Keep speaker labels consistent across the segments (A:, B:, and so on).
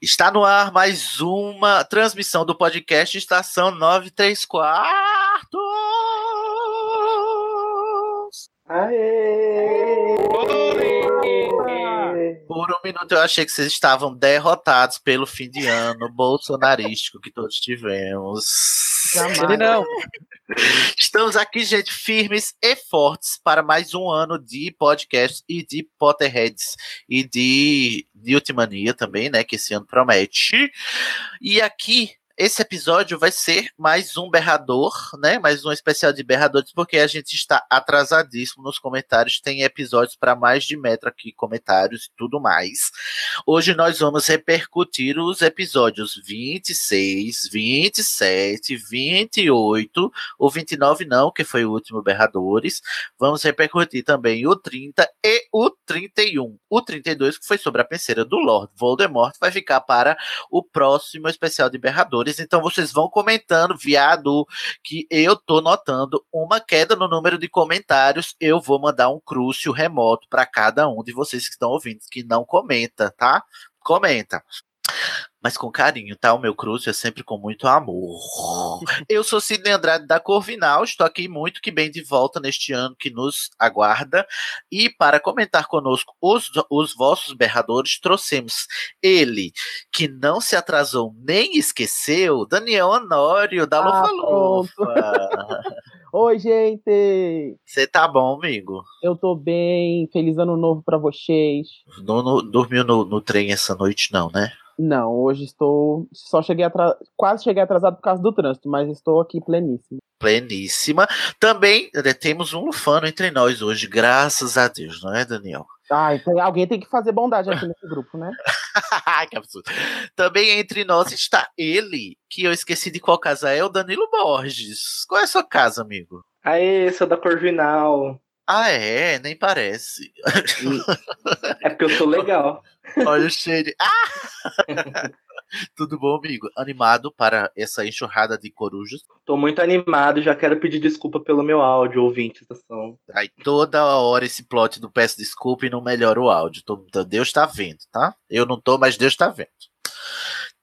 A: Está no ar mais uma transmissão do podcast Estação 934.
B: É.
A: Por um minuto eu achei que vocês estavam derrotados pelo fim de ano bolsonarístico que todos tivemos.
B: Ele não.
A: Estamos aqui, gente, firmes e fortes para mais um ano de podcast e de Potterheads e de Newtmania também, né? Que esse ano promete. E aqui, esse episódio vai ser mais um berrador, né? Mais um especial de berradores, porque a gente está atrasadíssimo nos comentários. Tem episódios para mais de metro aqui, comentários e tudo mais. Hoje nós vamos repercutir os episódios 26, 27, 28 o 29 não, que foi o último Berradores. Vamos repercutir também o 30 e o 31. O 32, que foi sobre a penseira do Lord Voldemort, vai ficar para o próximo especial de Berradores. Então vocês vão comentando, viado, que eu tô notando uma queda no número de comentários. Eu vou mandar um crucio remoto para cada um de vocês que estão ouvindo, que não comenta, tá? Comenta. Mas com carinho, tá? O meu crucio é sempre com muito amor. Eu sou Sidney Andrade da Corvinal, estou aqui muito que bem de volta neste ano que nos aguarda. E para comentar conosco os, os vossos berradores, trouxemos ele, que não se atrasou nem esqueceu, Daniel Honório, da
B: Ah,
A: Lufa Lufa.
B: Oi, gente!
A: Você tá bom, amigo?
B: Eu tô bem, feliz ano novo pra vocês.
A: Não, não- dormiu no, no trem essa noite, não, né?
B: Não, hoje estou. Só cheguei atrasado. Quase cheguei atrasado por causa do trânsito, mas estou aqui pleníssimo.
A: Pleníssima. Também né, temos um lufano entre nós hoje, graças a Deus, não é, Daniel?
B: Ah, então alguém tem que fazer bondade aqui nesse grupo, né?
A: que absurdo. Também entre nós está ele, que eu esqueci de qual casa é, o Danilo Borges. Qual é a sua casa, amigo?
C: Aê, sou da Corvinal.
A: Ah, é? Nem parece.
C: É porque eu sou legal.
A: Olha o cheiro. Ah! Tudo bom, amigo? Animado para essa enxurrada de corujas?
C: Tô muito animado, já quero pedir desculpa pelo meu áudio, tá ouvintes. da ação.
A: Aí toda hora esse plot do peço desculpa e não melhora o áudio. Tô- tô- Deus tá vendo, tá? Eu não tô, mas Deus tá vendo.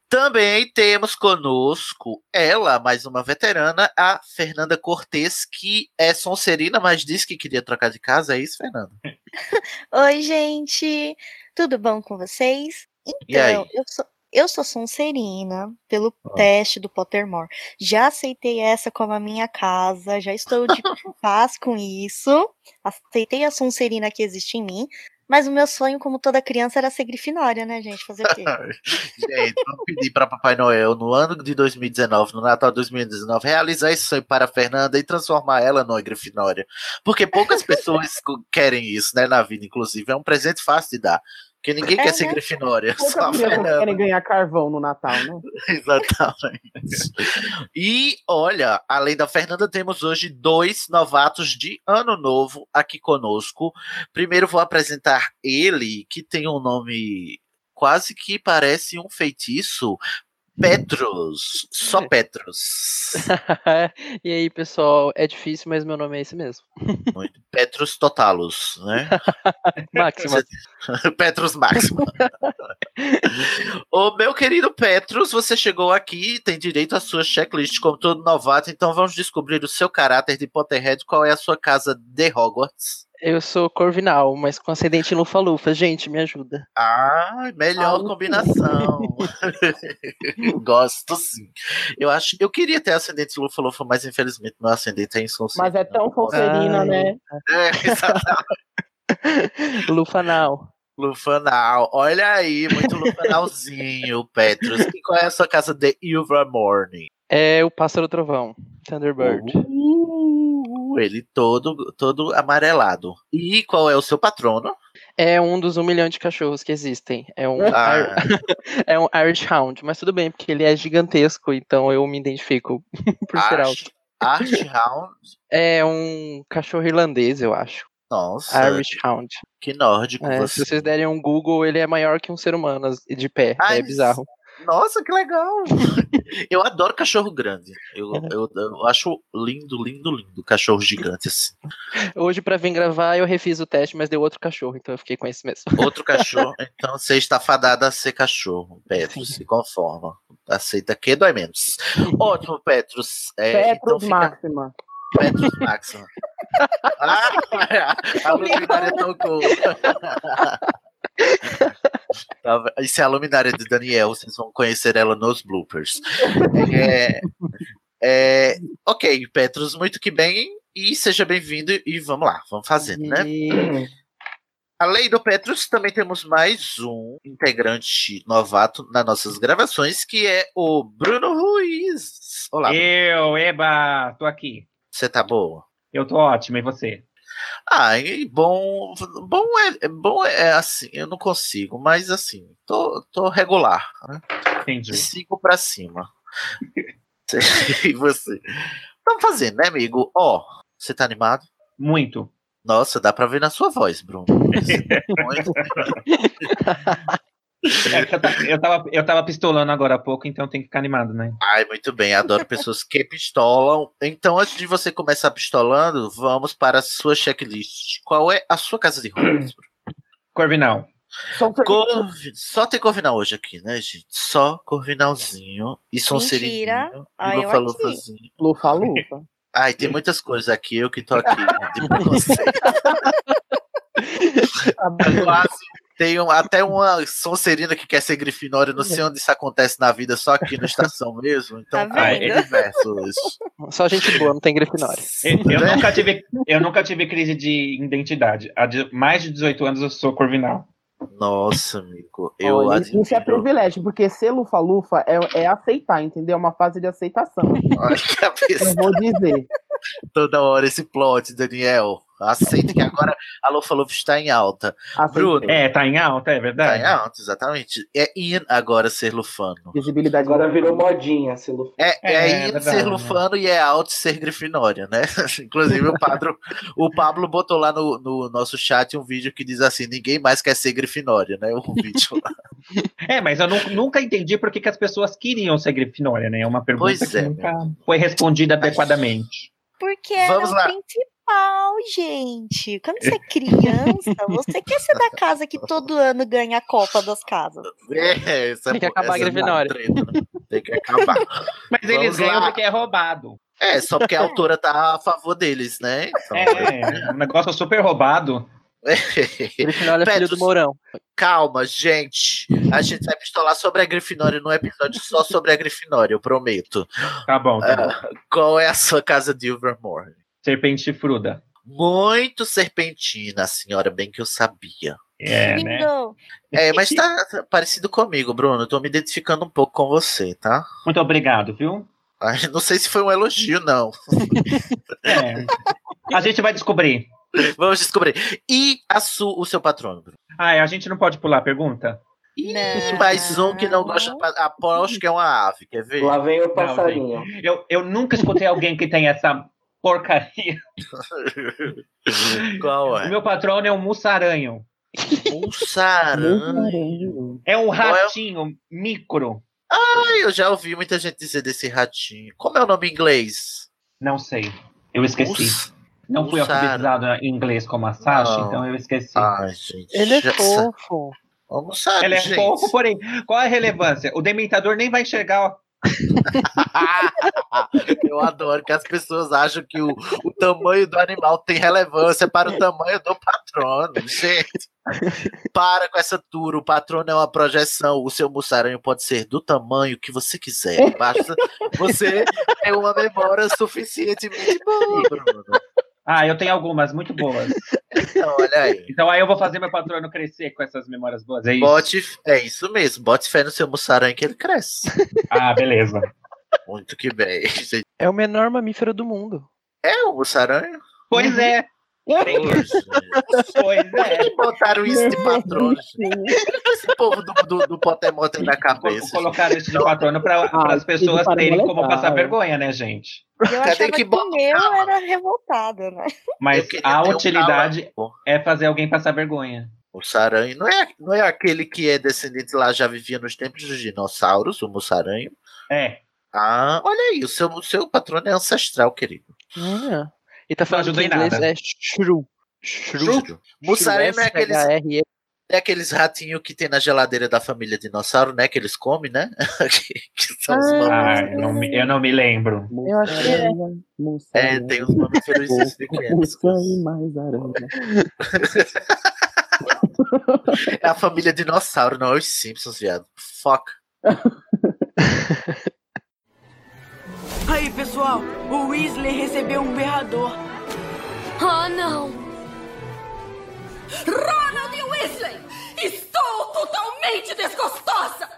A: Também temos conosco ela, mais uma veterana, a Fernanda Cortes, que é Sonserina, mas disse que queria trocar de casa. É isso, Fernanda?
D: Oi, gente! Tudo bom com vocês?
A: E aí?
D: Então, eu sou, eu sou Sonserina, pelo teste do Pottermore. Já aceitei essa como a minha casa, já estou de paz com isso. Aceitei a Sonserina que existe em mim, mas o meu sonho, como toda criança, era ser Grifinória, né, gente? Fazer o quê?
A: Gente, vamos pedir para Papai Noel, no ano de 2019, no Natal de 2019, realizar esse sonho para a Fernanda e transformar ela numa Grifinória. Porque poucas pessoas co- querem isso, né, na vida, inclusive. É um presente fácil de dar. Porque ninguém
D: É,
A: quer ser
D: né?
A: Grifinória, só a
B: Poucas crianças
A: Fernanda.
B: querem ganhar carvão no Natal, né?
A: Exatamente. E olha, além da Fernanda, temos hoje dois novatos de ano novo aqui conosco. Primeiro vou apresentar ele, que tem um nome quase que parece um feitiço. Petros, só Petros.
E: É, E aí, pessoal, é difícil, mas meu nome é esse mesmo.
A: Muito. Petros Totalos, né?
E: Máxima.
A: Petros Máximo. Ô, meu querido Petros, você chegou aqui e tem direito à sua checklist como todo novato, então vamos descobrir o seu caráter de Potterhead, qual é a sua casa de Hogwarts.
E: Eu sou Corvinal, mas com ascendente em Lufa-Lufa. Gente, me ajuda.
A: Ah, melhor
B: Ah,
A: combinação. Gosto sim. Eu acho, eu queria ter ascendente Lufa Lufa, mas infelizmente meu ascendente é insonso.
B: Mas é tão Sonserina,
E: Ai.
B: né?
A: É, exato.
E: Lufanal.
A: Lufanal. Olha aí, muito Lufanalzinho, Petros. E qual é a sua casa de Ilvermorny? Uhum.
E: É o Pássaro Trovão. Thunderbird.
A: Uh, como ele, todo, todo amarelado. E qual é o seu patrono?
E: É um dos um milhão de cachorros que existem. É um,
A: Ah,
E: é um Irish Hound, mas tudo bem, porque ele é gigantesco, então eu me identifico por ser alto.
A: Arch, Arch Hound.
E: É um cachorro irlandês, eu acho.
A: Nossa,
E: Irish Hound.
A: que nórdico
E: É, se
A: você.
E: vocês derem um Google, ele é maior que um ser humano as- de pé.
A: Ah,
E: é bizarro.
A: Nossa, que legal! eu adoro cachorro grande. Eu, eu, eu acho lindo, lindo, lindo cachorro gigante assim.
E: Hoje, pra vir gravar, eu refiz o teste, mas deu outro cachorro, então eu fiquei com esse mesmo.
A: Outro cachorro, então você está fadado a ser cachorro, Petros. Se conforma. Aceita que dói menos. Ótimo, Petros. É, então
B: Petros
A: fica-
B: Máxima.
A: Petros Máxima. ah, a luminária tocou. Tá ve- Isso é a luminária de Daniel, vocês vão conhecer ela nos bloopers. É, é, ok, Petros, muito que bem. E seja bem-vindo e vamos lá, vamos fazendo,
E: Uhum.
A: né? Além do Petrus, também temos mais um integrante novato nas nossas gravações, que é o Bruno Ruiz. Olá,
F: Eu, Eba, tô aqui.
A: você tá boa?
F: Eu tô ótimo, e você?
A: Ah, e bom, bom é, bom é assim, eu não consigo, mas assim, tô, tô regular, né?
F: Entendi.
A: Sigo pra cima. e você? Vamos fazendo, né, amigo? Ó, você tá animado?
F: Muito.
A: Nossa, dá pra ver na sua voz, Bruno. Você tá muito-
F: É que eu, ta- eu tava, eu tava pistolando agora há pouco, então tem que ficar animado, né?
A: Ai, muito bem, adoro pessoas que pistolam. Então, antes de você começar pistolando, vamos para a sua checklist. Qual é a sua casa de roupas?
F: Corvinal.
A: Corvi- Só tem Corvinal hoje aqui, né, gente? Só Corvinalzinho e Sonserininho.
D: Ai,
A: E
D: eu
A: Lufalufazinho.
B: Lufa Lufa.
A: Ai, tem muitas coisas aqui, eu que tô aqui né, de preconceito. Quase. Tem um- até uma Sonserina que quer ser Grifinória, não sei onde isso acontece na vida, só aqui na estação mesmo. Então,
D: Tá
A: tem
F: vendo?
A: universo hoje.
E: Só gente boa, não tem Grifinória.
F: Eu, eu
A: Né?
F: nunca tive, eu nunca tive crise de identidade. Há de- mais de 18 anos eu sou Corvinal.
A: Nossa, amigo, eu
B: Olha,
A: admiro.
B: Isso é privilégio, porque ser lufa-lufa é, é aceitar, entendeu? É uma fase de aceitação.
A: Olha que cabeça
B: Eu vou dizer.
A: toda hora esse plot, Daniel. Aceita que agora a Lufa-Lufa está em alta.
B: aceitei.
A: Bruno.
F: É, tá em alta, é
A: Está em
F: verdade?
A: alta, exatamente. É in agora ser lufano.
B: Visibilidade.
C: Agora virou modinha, Silo.
A: É, é,
F: É,
A: in
F: verdade,
A: ser
F: né?
A: lufano e é out ser grifinória, né? Inclusive, o, padro, o Pablo botou lá no, no nosso chat um vídeo que diz assim: ninguém mais quer ser grifinória, né? Um vídeo lá.
F: É, mas eu nu- nunca entendi por que, que as pessoas queriam ser Grifinória, né? É uma pergunta
A: Pois
F: que
A: é,
F: nunca foi respondida adequadamente.
D: Porque ela
A: Vamos
D: é o
A: lá.
D: principal, gente. Quando você é criança, você quer ser da casa que todo ano ganha a Copa das Casas.
A: É, essa,
E: Tem que acabar a
A: essa
E: Grifinória.
A: treta. né? Tem que acabar.
F: Mas
A: Vamos
F: eles ganham
A: lá.
F: porque é roubado.
A: É, só porque a autora tá a favor deles, né? Então,
F: É, um negócio super roubado.
E: Grifinória é filho do
A: Petrus.
E: Mourão.
A: Calma, gente. A gente vai pistolar sobre a Grifinória num episódio só sobre a Grifinória, eu prometo.
F: Tá bom, tá bom.
A: Qual é a sua casa de Ilvermore?
F: Serpente fruda.
A: Muito serpentina, senhora, bem que eu sabia.
F: É, né?
D: Bingo!
A: É, mas tá parecido comigo, Bruno. Eu tô me identificando um pouco com você, tá?
F: Muito obrigado, viu?
A: Ai, Não sei se foi um elogio, não.
F: É. A gente vai descobrir.
A: Vamos descobrir. E a su, o seu patrono, Bruno?
F: Ah, a gente não pode pular a pergunta?
A: Ih,
D: Não.
A: mais um que não gosta. de pa- Aposto que é uma ave, quer ver?
C: Lá vem o passarinho.
F: Eu, eu nunca escutei alguém que tem essa porcaria.
A: Qual
F: O
A: é?
F: meu patrono é um mussaranho.
A: Um saranho.
F: É um
A: é o-
F: ratinho micro.
A: Ai, eu já ouvi muita gente dizer desse ratinho. Como é o nome em inglês?
F: Não sei. Eu esqueci.
A: Us-
F: Não fui
A: Mussara.
F: alfabetizado em inglês como a Sasha,
A: Não. Ah,
F: então eu esqueci.
A: Ai, gente.
E: Ele é
A: já-
E: fofo.
A: Vamos saber,
F: Ele é
A: gente.
F: pouco, porém, qual a relevância? O dementador nem vai enxergar.
A: Eu adoro que as pessoas acham que o, o tamanho do animal tem relevância para o tamanho do patrono. Gente, para com essa tour. O patrono é uma projeção. O seu mussaranho pode ser do tamanho que você quiser. Basta você ter uma memória suficientemente boa, Bruno.
F: Ah, eu tenho algumas muito boas.
A: Então, olha aí.
F: Então aí eu vou fazer meu patrono crescer com essas memórias boas. É isso.
A: Bote, é isso mesmo. Bote fé no seu mussaranho que ele cresce.
F: Ah, beleza.
A: Muito que bem. gente.
E: É o menor mamífero do mundo.
A: É o Mussaranho?
F: Pois é. né? Pois é.
A: Por que que botaram isso de patrono? Esse povo do, do, do Pottermore tem na cabeça.
F: Colocaram isso de patrono para as pessoas terem como passar vergonha, né, gente?
D: Eu achava que, o meu era revoltada, né?
F: Mas a
A: ter um
F: utilidade é fazer alguém passar vergonha.
A: O Mussaranho não é, não é aquele que é descendente lá, já vivia nos tempos dos dinossauros, o Mussaranho.
F: É.
A: Ah, olha aí, o seu, o seu patrono é ancestral, querido.
E: Ah, e tá falando
F: ajudou
E: que em
F: em
E: inglês
F: nada.
E: é shrew. Shrew.
A: Justo. Mussarema é aqueles,
E: S-H-R-E.
A: é aqueles ratinhos que tem na geladeira da família dinossauro, né? Que eles comem, né? que, que são os
B: Ah,
A: mamíferos.
F: Ah, eu não, me- eu não me lembro.
B: Eu
E: achei-
A: É, tem os mamíferos pequenos.
B: aí mais aranha.
A: É a família dinossauro, não é os Simpsons, viado. Fuck.
G: Aí, pessoal, o Weasley recebeu um berrador.
H: Oh, não!
G: Ronald e Weasley! Estou totalmente desgostosa!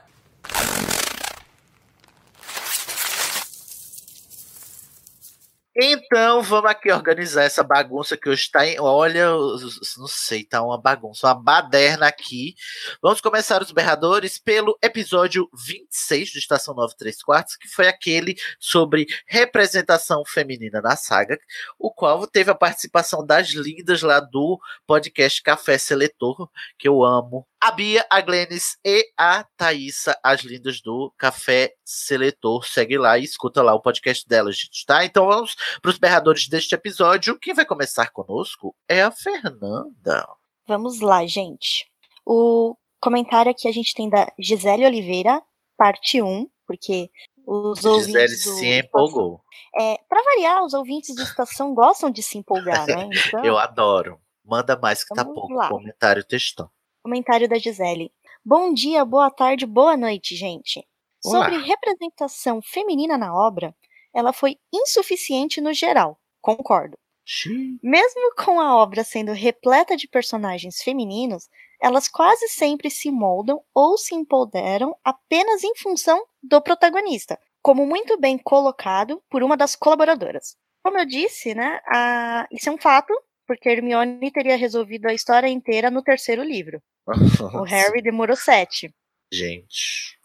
A: Então, vamos aqui organizar essa bagunça que hoje tá em. Olha, eu- eu- eu não sei, tá uma bagunça, uma baderna aqui. Vamos começar os berradores pelo episódio 26 do Estação 9 3 Quartos, que foi aquele sobre representação feminina na saga, o qual teve a participação das lindas lá do podcast Café Seletor, que eu amo. A Bia, a Glennis e a Thaísa, as lindas do Café Seletor. Segue lá e escuta lá o podcast delas, gente, tá? Então vamos para os berradores deste episódio. Quem vai começar conosco é a Fernanda.
D: Vamos lá, gente. O comentário aqui a gente tem da Gisele Oliveira, parte 1, porque os
A: Gisele
D: ouvintes.
A: se
D: Do,
A: empolgou.
D: é, pra variar, os ouvintes do Estação gostam de se empolgar, né? Então,
A: Eu adoro. Manda mais que tá
D: Vamos
A: pouco.
D: lá.
A: Comentário textão.
D: comentário da Gisele. Bom dia, boa tarde, boa noite, gente.
A: Olá.
D: Sobre representação feminina na obra, ela foi insuficiente no geral. Concordo.
A: Xiii.
D: Mesmo com a obra sendo repleta de personagens femininos, elas quase sempre se moldam ou se empoderam apenas em função do protagonista, como muito bem colocado por uma das colaboradoras. Como eu disse, né, a- isso é um fato, porque Hermione teria resolvido a história inteira no terceiro livro. O Harry demorou sete.
A: Gente.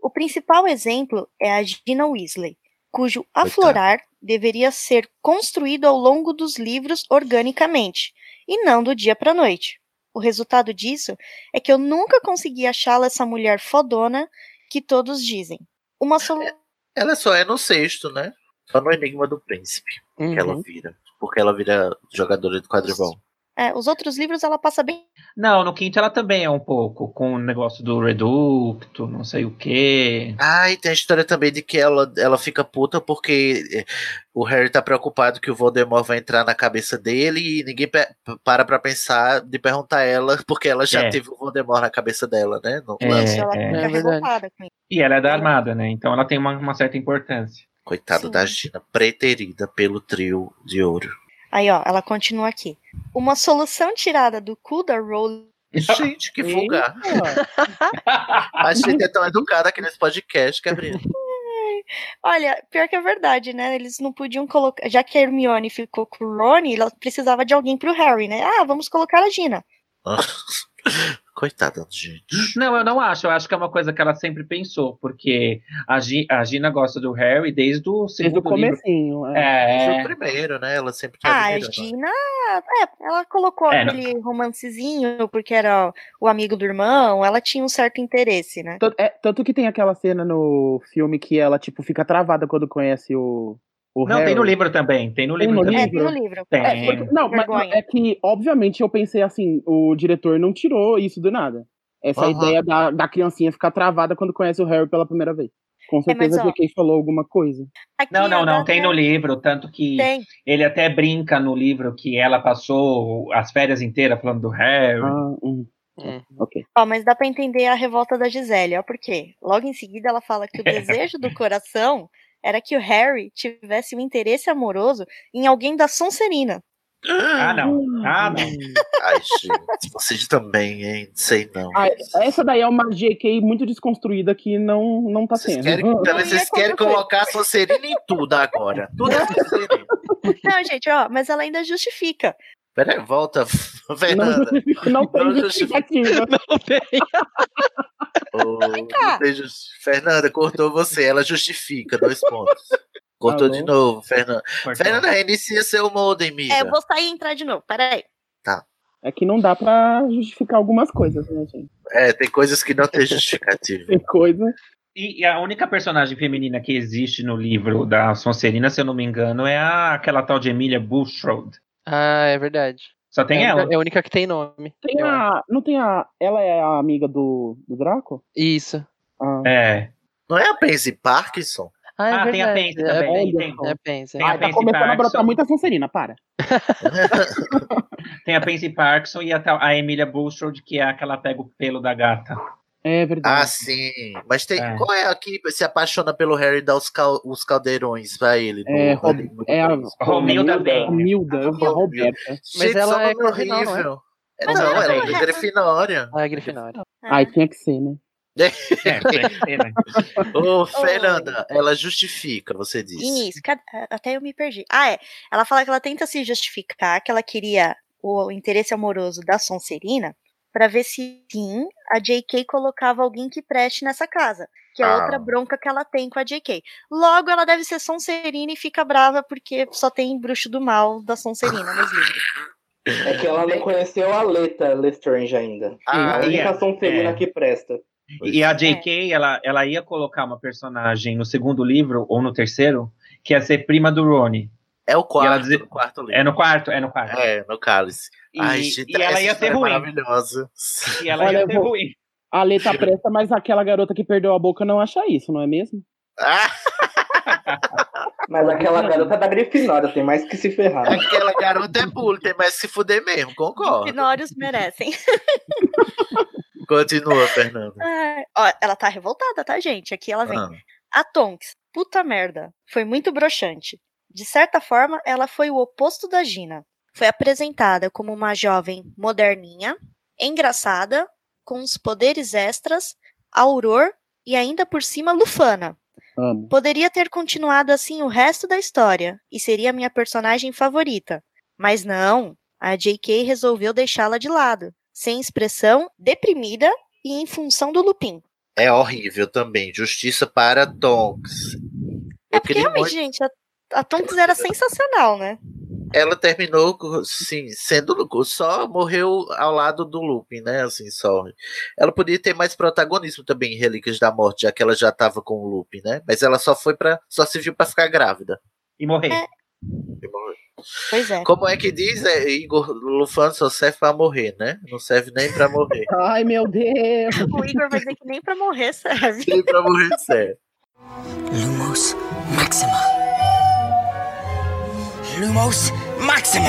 D: O principal exemplo é a Gina Weasley, cujo aflorar deveria ser construído ao longo dos livros organicamente, e não do dia para noite. O resultado disso é que eu nunca consegui achá-la essa mulher fodona que todos dizem. Uma solu-
A: Ela só é no sexto, né? Só no Enigma do Príncipe que ela
E: Uhum.
A: vira. Porque ela vira jogadora de quadribol.
D: é, os outros livros ela passa bem
F: Não, no quinto ela também é um pouco, com o negócio do reducto, não sei o quê.
A: Ah, e tem a história também de que ela, ela fica puta porque eh, o Harry tá preocupado que o Voldemort vai entrar na cabeça dele e ninguém pe- para pra pensar de perguntar a ela, porque ela já
F: É.
A: teve o Voldemort na cabeça dela, né? No
F: É,
A: lance.
D: ela fica
F: é.
E: É verdade.
D: revoltada com isso.
F: E ela é da armada, né? Então ela tem uma, uma certa importância.
A: Coitado
D: Sim.
A: da Gina, preterida pelo trio de ouro.
D: Aí, ó, ela continua aqui. Uma solução tirada do cu da Rowling
A: Gente, que vulgar. A gente é tão educada aqui nesse podcast, Gabriel.
D: Olha, pior que é verdade, né? Eles não podiam colocar. Já que a Hermione ficou com o Rony, ela precisava de alguém pro Harry, né? Ah, vamos colocar a Gina.
A: Coitada da gente.
F: Não, eu não acho. Eu acho que é uma coisa que ela sempre pensou, porque a, Gi- a Gina gosta do Harry desde
B: Desde
F: o
B: o
F: segundo livro.
B: comecinho. É.
A: Desde o
F: É,
A: primeiro, né? Ela sempre tá
D: Ah, a
A: liderando.
D: Gina. É, ela colocou
F: É, não-
D: aquele romancezinho, porque era o amigo do irmão, ela tinha um certo interesse, né?
B: Tanto, é, tanto que tem aquela cena no filme que ela, tipo, fica travada quando conhece o, o
F: não,
B: Harry.
F: tem no livro também. Tem no
B: Tem
F: livro
B: no
F: também.
D: É,
B: livro?
D: tem no livro.
F: Tem.
B: É, porque- não, mas
D: Vergonha.
B: é que, obviamente, eu pensei assim, o diretor não tirou isso do nada. Essa
A: Aham.
B: ideia da, da criancinha ficar travada quando conhece o Harry pela primeira vez. Com certeza
D: mas, ó,
B: que quem falou alguma coisa.
D: Aqui
F: Não, não,
D: ela
F: não. Tem no
D: até-
F: livro. Tanto que
D: Tem.
F: ele até brinca no livro que ela passou as férias inteiras falando do Harry.
B: Ah, hum,
E: Hum.
B: ok.
D: Ó, mas dá pra entender a revolta da Gisele, ó, por quê? Logo em seguida ela fala que o desejo do coração era que o Harry tivesse um interesse amoroso em alguém da Sonserina.
F: Ah, não. Ah, não.
B: Hum.
A: Ai, gente, vocês também, hein? Não sei não.
B: Ah, essa daí é uma JK muito desconstruída que não, não tá
A: Vocês
B: sendo.
A: querem,
D: Não
A: então,
D: ia
A: vocês querem
D: acontecer.
A: colocar a Sonserina em tudo agora. Tudo é Sonserina.
D: Não, gente, ó, mas ela ainda justifica.
A: Peraí, volta, Fernanda.
B: Não tem
A: Não
B: justificativa.
E: Não tem.
A: Ô, não tem justi- Fernanda, cortou você. Ela justifica, dois pontos. Cortou
B: Tá
A: de
B: bom.
A: novo, Fernanda.
B: Cortou.
A: Fernanda, reinicia seu modem, miga.
D: É, eu vou sair e entrar de novo, peraí.
B: É que não dá pra justificar algumas coisas, né, gente?
A: É, tem coisas que não tem justificativa.
B: Tem coisa.
F: E, e a única personagem feminina que existe no livro da Sonserina, se eu não me engano, é a, aquela tal de Emília Bushrold.
E: Ah, é verdade.
F: Só tem
E: é a
F: ela.
E: única- É a única que tem nome.
B: Tem a. Não tem a. Ela é a amiga do, do Draco? Ah.
E: Isso.
F: É.
A: Não é a Pansy Parkinson?
E: Ah, é
F: Ah, tem a
E: verdade,
F: Pence
E: é
F: também.
E: verdade.
F: tem, tem.
E: É a Pence,
F: Tem a
B: Ah, tá
F: Pence
B: começando a brotar
F: Parkinson.
B: muita Sonserina, para.
F: Tem a Pansy Parkinson e a, tal- a Emília Bushrold, que é a que ela pega o pelo da gata.
B: É
A: Ah, sim. Mas tem,
F: É.
A: qual é a que se apaixona pelo Harry e dá os, cal- os caldeirões pra ele? no-
B: É, Ro- é a
F: Romilda Bem.
A: Ah,
B: Romilda, eu falo Roberta.
E: Mas
A: Gente,
E: ela
A: só
E: é
A: nome
E: Grifinória, não é?
A: horrível. É,
E: Mas
A: não,
E: ela
A: ela
E: é
A: é de Grifinória.
E: Ah, é Grifinória.
B: Ai, tinha que ser, né?
F: É, né?
A: Ô, Fernanda, ela justifica, você disse.
D: Isso, cad- até eu me perdi. Ah, é. Ela fala que ela tenta se justificar, que ela queria o interesse amoroso da Sonserina pra ver se sim a JK colocava alguém que preste nessa casa. Que é
A: Ah.
D: outra bronca que ela tem com a JK. Logo, ela deve ser Sonserina e fica brava porque só tem bruxo do mal da Sonserina nos livros.
C: É que ela não conheceu a Leta Lestrange ainda.
F: Ah,
C: a única
F: é,
C: Sonserina
F: é.
C: que um presta.
F: E
A: é.
F: a JK, ela, ela ia colocar uma personagem no segundo livro, ou no terceiro, que ia ser prima do Rony.
A: É o
F: E ela
A: quarto,
F: dizia-
A: no quarto livro.
F: É no quarto, é no quarto.
A: É, no cálice.
F: E-
A: Ai,
F: e
A: gente,
F: ela
A: essa
F: ia
A: história
F: ser
A: é
F: ruim.
A: maravilhosa.
F: E ela
B: Olha,
F: ia
B: eu
F: ser
B: vou-
F: ruim.
B: A letra presta, mas aquela garota que perdeu a boca não acha isso, não é mesmo?
A: Ah,
C: Mas
F: Uhum.
C: aquela garota da Grifinória tem mais que se ferrar.
A: Aquela garota é bullying, tem mais que se fuder mesmo, concordo.
D: Pinórios merecem.
A: Continua, Fernanda.
D: Ai, ó, ela tá revoltada, tá, gente? Aqui ela vem.
A: Ah.
D: A Tonks, puta merda, foi muito broxante. De certa forma, ela foi o oposto da Gina. Foi apresentada como uma jovem moderninha, engraçada, com os poderes extras, auror e ainda por cima lufana.
B: Amo.
D: Poderia ter continuado assim o resto da história e seria a minha personagem favorita. Mas não, a JK resolveu deixá-la de lado, sem expressão, deprimida e em função do Lupin.
A: É horrível também. Justiça para Tonks. Eu
D: É Porque
A: queria
D: realmente,
A: muito...
D: gente, a, a Tonks era sensacional, né?
A: Ela terminou, com- sim, sendo Lu- só morreu ao lado do Lupin, né? Assim, só. Ela podia ter mais protagonismo também em Relíquias da Morte, já que ela já tava com o Lupin, né? Mas ela só foi para, só serviu para ficar grávida.
F: E morrer.
B: É.
A: E morrer.
D: Pois é.
A: Como é que diz, é, Igor Lufan só serve pra morrer, né? Não serve nem pra morrer.
B: Ai, meu Deus.
D: O Igor vai dizer que nem pra morrer serve.
A: nem pra morrer serve.
G: Lumos Maxima. Lumos Maxima.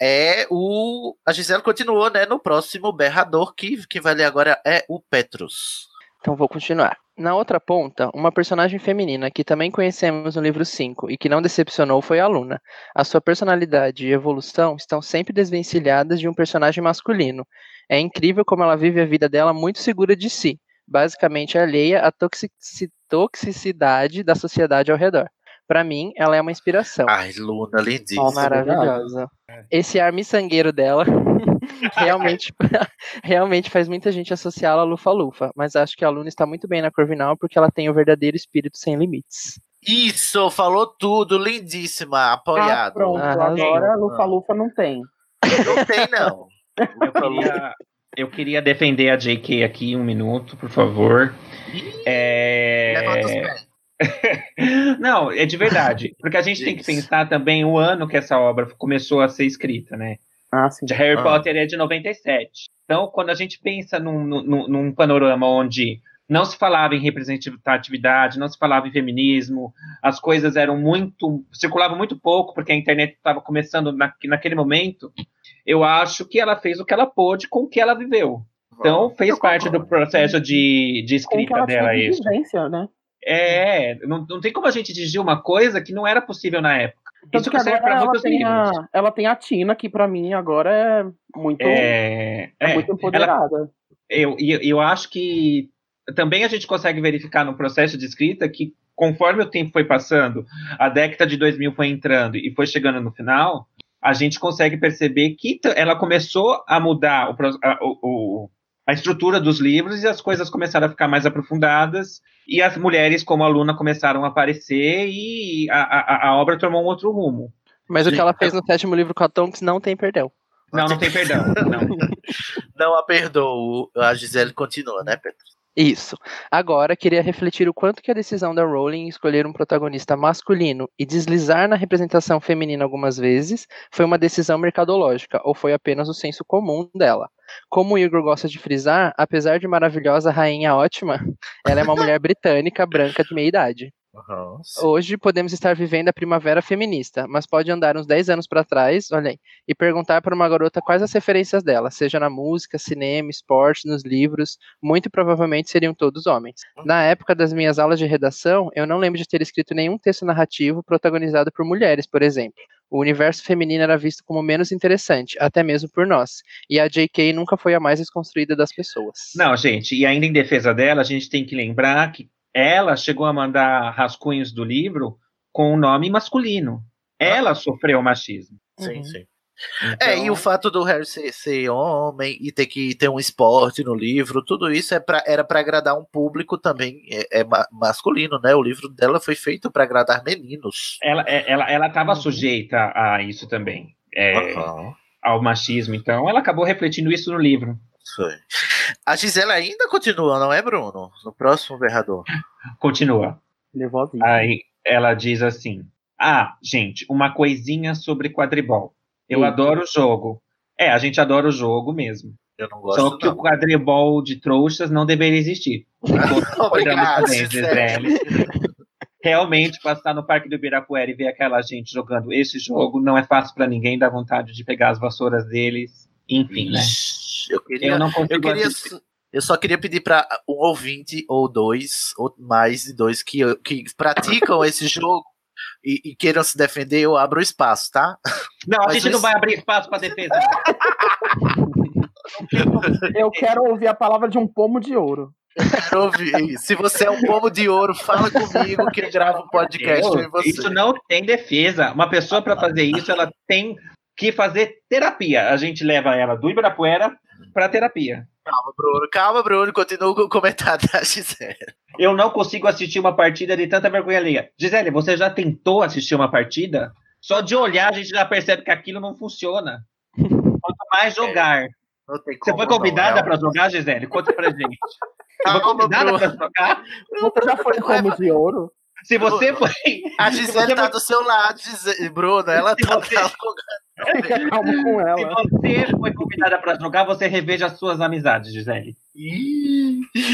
A: É o. A Gisela continuou, né? No próximo berrador, que quem vai ler agora é o Petrus.
E: Então vou continuar. Na outra ponta, uma personagem feminina que também conhecemos no livro 5 e que não decepcionou foi a Luna. A sua personalidade e evolução estão sempre desvencilhadas de um personagem masculino. É incrível como ela vive a vida dela muito segura de si, basicamente alheia à toxici- toxicidade da sociedade ao redor. Pra mim, ela é uma inspiração.
A: Ai, Luna, lindíssima.
E: Oh, maravilhosa. Esse ar miçangueiro dela realmente, realmente faz muita gente associá-la a Lufa-Lufa, mas acho que a Luna está muito bem na Corvinal porque ela tem o verdadeiro espírito sem limites.
A: Isso, falou tudo, lindíssima,
B: Ah,
A: apoiado.
B: pronto, agora a Lufa Lufa não tem.
A: Não tem, não.
F: Eu queria, eu queria defender a JK aqui um minuto, por favor. É...
A: Levanta os pés.
F: Não, é de verdade. Porque a gente tem que pensar também o ano que essa obra começou a ser escrita, né?
B: Ah, sim.
F: De Harry
B: Ah.
F: Potter é de 97. Então, quando a gente pensa num, num, num panorama onde não se falava em representatividade, não se falava em feminismo, as coisas eram muito. circulavam muito pouco, porque a internet estava começando na, naquele momento, eu acho que ela fez o que ela pôde com o que ela viveu. Então, fez parte do processo de, de
B: Com que
F: escrita
B: ela
F: dela
B: tinha de
F: isso.
B: vivência, né?
F: É, não, não tem como a gente exigir uma coisa que não era possível na época.
B: Tanto
F: Isso
B: que
F: que serve
B: agora
F: para
B: ela
F: muitos
B: tem,
F: livros.
B: a, ela tem a Tina, que pra mim agora é muito,
F: É,
B: é
F: é.
B: muito
F: Ela-
B: empoderada.
F: eu, e eu, eu acho que também a gente consegue verificar no processo de escrita que conforme o tempo foi passando, a década de 2000 foi entrando e foi chegando no final, a gente consegue perceber que t- ela começou a mudar o pro- a, o- o- a estrutura dos livros e as coisas começaram a ficar mais aprofundadas e as mulheres como aluna começaram a aparecer e a, a- a obra tomou um outro rumo.
E: Mas o que ela fez no sétimo livro com a Tonks não tem perdão.
F: Não, não tem perdão.
A: Não a perdoo. A Gisele continua, né, Pedro?
E: Isso. Agora, queria refletir o quanto que a decisão da Rowling em escolher um protagonista masculino e deslizar na representação feminina algumas vezes foi uma decisão mercadológica, ou foi apenas o senso comum dela. Como o Igor gosta de frisar, apesar de maravilhosa rainha ótima, ela é uma mulher britânica, branca, de meia-idade. Hoje podemos estar vivendo a primavera feminista, mas pode andar uns 10 anos para trás, olha aí, e perguntar para uma garota quais as referências dela, seja na música, cinema, esporte, nos livros, muito provavelmente seriam todos homens. Na época das minhas aulas de redação, eu não lembro de ter escrito nenhum texto narrativo protagonizado por mulheres, por exemplo. O universo feminino era visto como menos interessante, até mesmo por nós, e a JK nunca foi a mais desconstruída das pessoas.
F: Não, gente, e ainda em defesa dela, a gente tem que lembrar que ela chegou a mandar rascunhos do livro com o nome masculino. Ela sofreu machismo.
B: Uhum.
F: Então,
A: Sim, sim. Ah. É, e o fato do Harry ser, ser homem e ter que ter um esporte no livro, tudo isso é pra, era para agradar um público também é, é ma- masculino, né? O livro dela foi feito para agradar meninos.
F: Ela é, ela ela estava
A: Uhum.
F: sujeita a isso também, é, ao machismo. Então, ela acabou refletindo isso no livro.
A: A Gisela ainda continua, não é, Bruno? No próximo berrador.
F: Continua.
B: Nervosinha.
F: Aí ela diz assim: Ah, gente, uma coisinha sobre quadribol. Eu
A: Eita.
F: adoro o jogo. É, a gente adora o jogo mesmo.
A: Eu não
F: Só que o quadribol de trouxas não deveria existir.
A: Obrigado,
F: Cuidamos bem,
A: Gisele.
F: Gisele. é Realmente, passar no Parque do Ibirapuera e ver aquela gente jogando esse jogo não é fácil pra ninguém, dá vontade de pegar as vassouras deles. Enfim, né?
A: Eu queria,
F: Eu
A: eu,
F: não consigo
A: queria-
F: assistir.
A: eu só queria pedir para um ouvinte ou dois, ou mais de dois, que, que praticam esse jogo e, e queiram se defender, eu abro espaço, tá?
F: Não, a
A: Mas
F: gente
A: isso-
F: não vai abrir espaço pra defesa. não. É.
B: Eu quero ouvir a palavra de um pomo de ouro.
A: Quero ouvir. Se você é um povo de ouro, fala comigo que eu gravo um podcast
F: Eu-
A: eu e você.
F: Isso não tem defesa. Uma pessoa pra fazer isso, ela tem que fazer terapia. A gente leva ela do Ibirapuera pra terapia.
A: Calma, Bruno. Calma, Bruno. Continua com o comentário da Gisele.
F: Eu não consigo assistir uma partida de tanta vergonha alheia. Gisele, você já tentou assistir uma partida? Só de olhar a gente já percebe que aquilo não funciona. Quanto mais jogar. você foi
A: não, Tá,
F: convidada
A: realmente.
F: para jogar, Gisele? Conta pra gente. Você foi convidada para jogar?
B: Você já foi um
F: É,
B: pomo de ouro?
F: Se você foi.
A: é A
F: se
A: Gisele
F: você
A: tá
F: foi-
A: do seu lado, Gisele. Bruno, ela tá do seu
F: É,
B: Fica calmo com ela.
F: Se você foi convidada para jogar, você reveja as suas amizades, Gisele.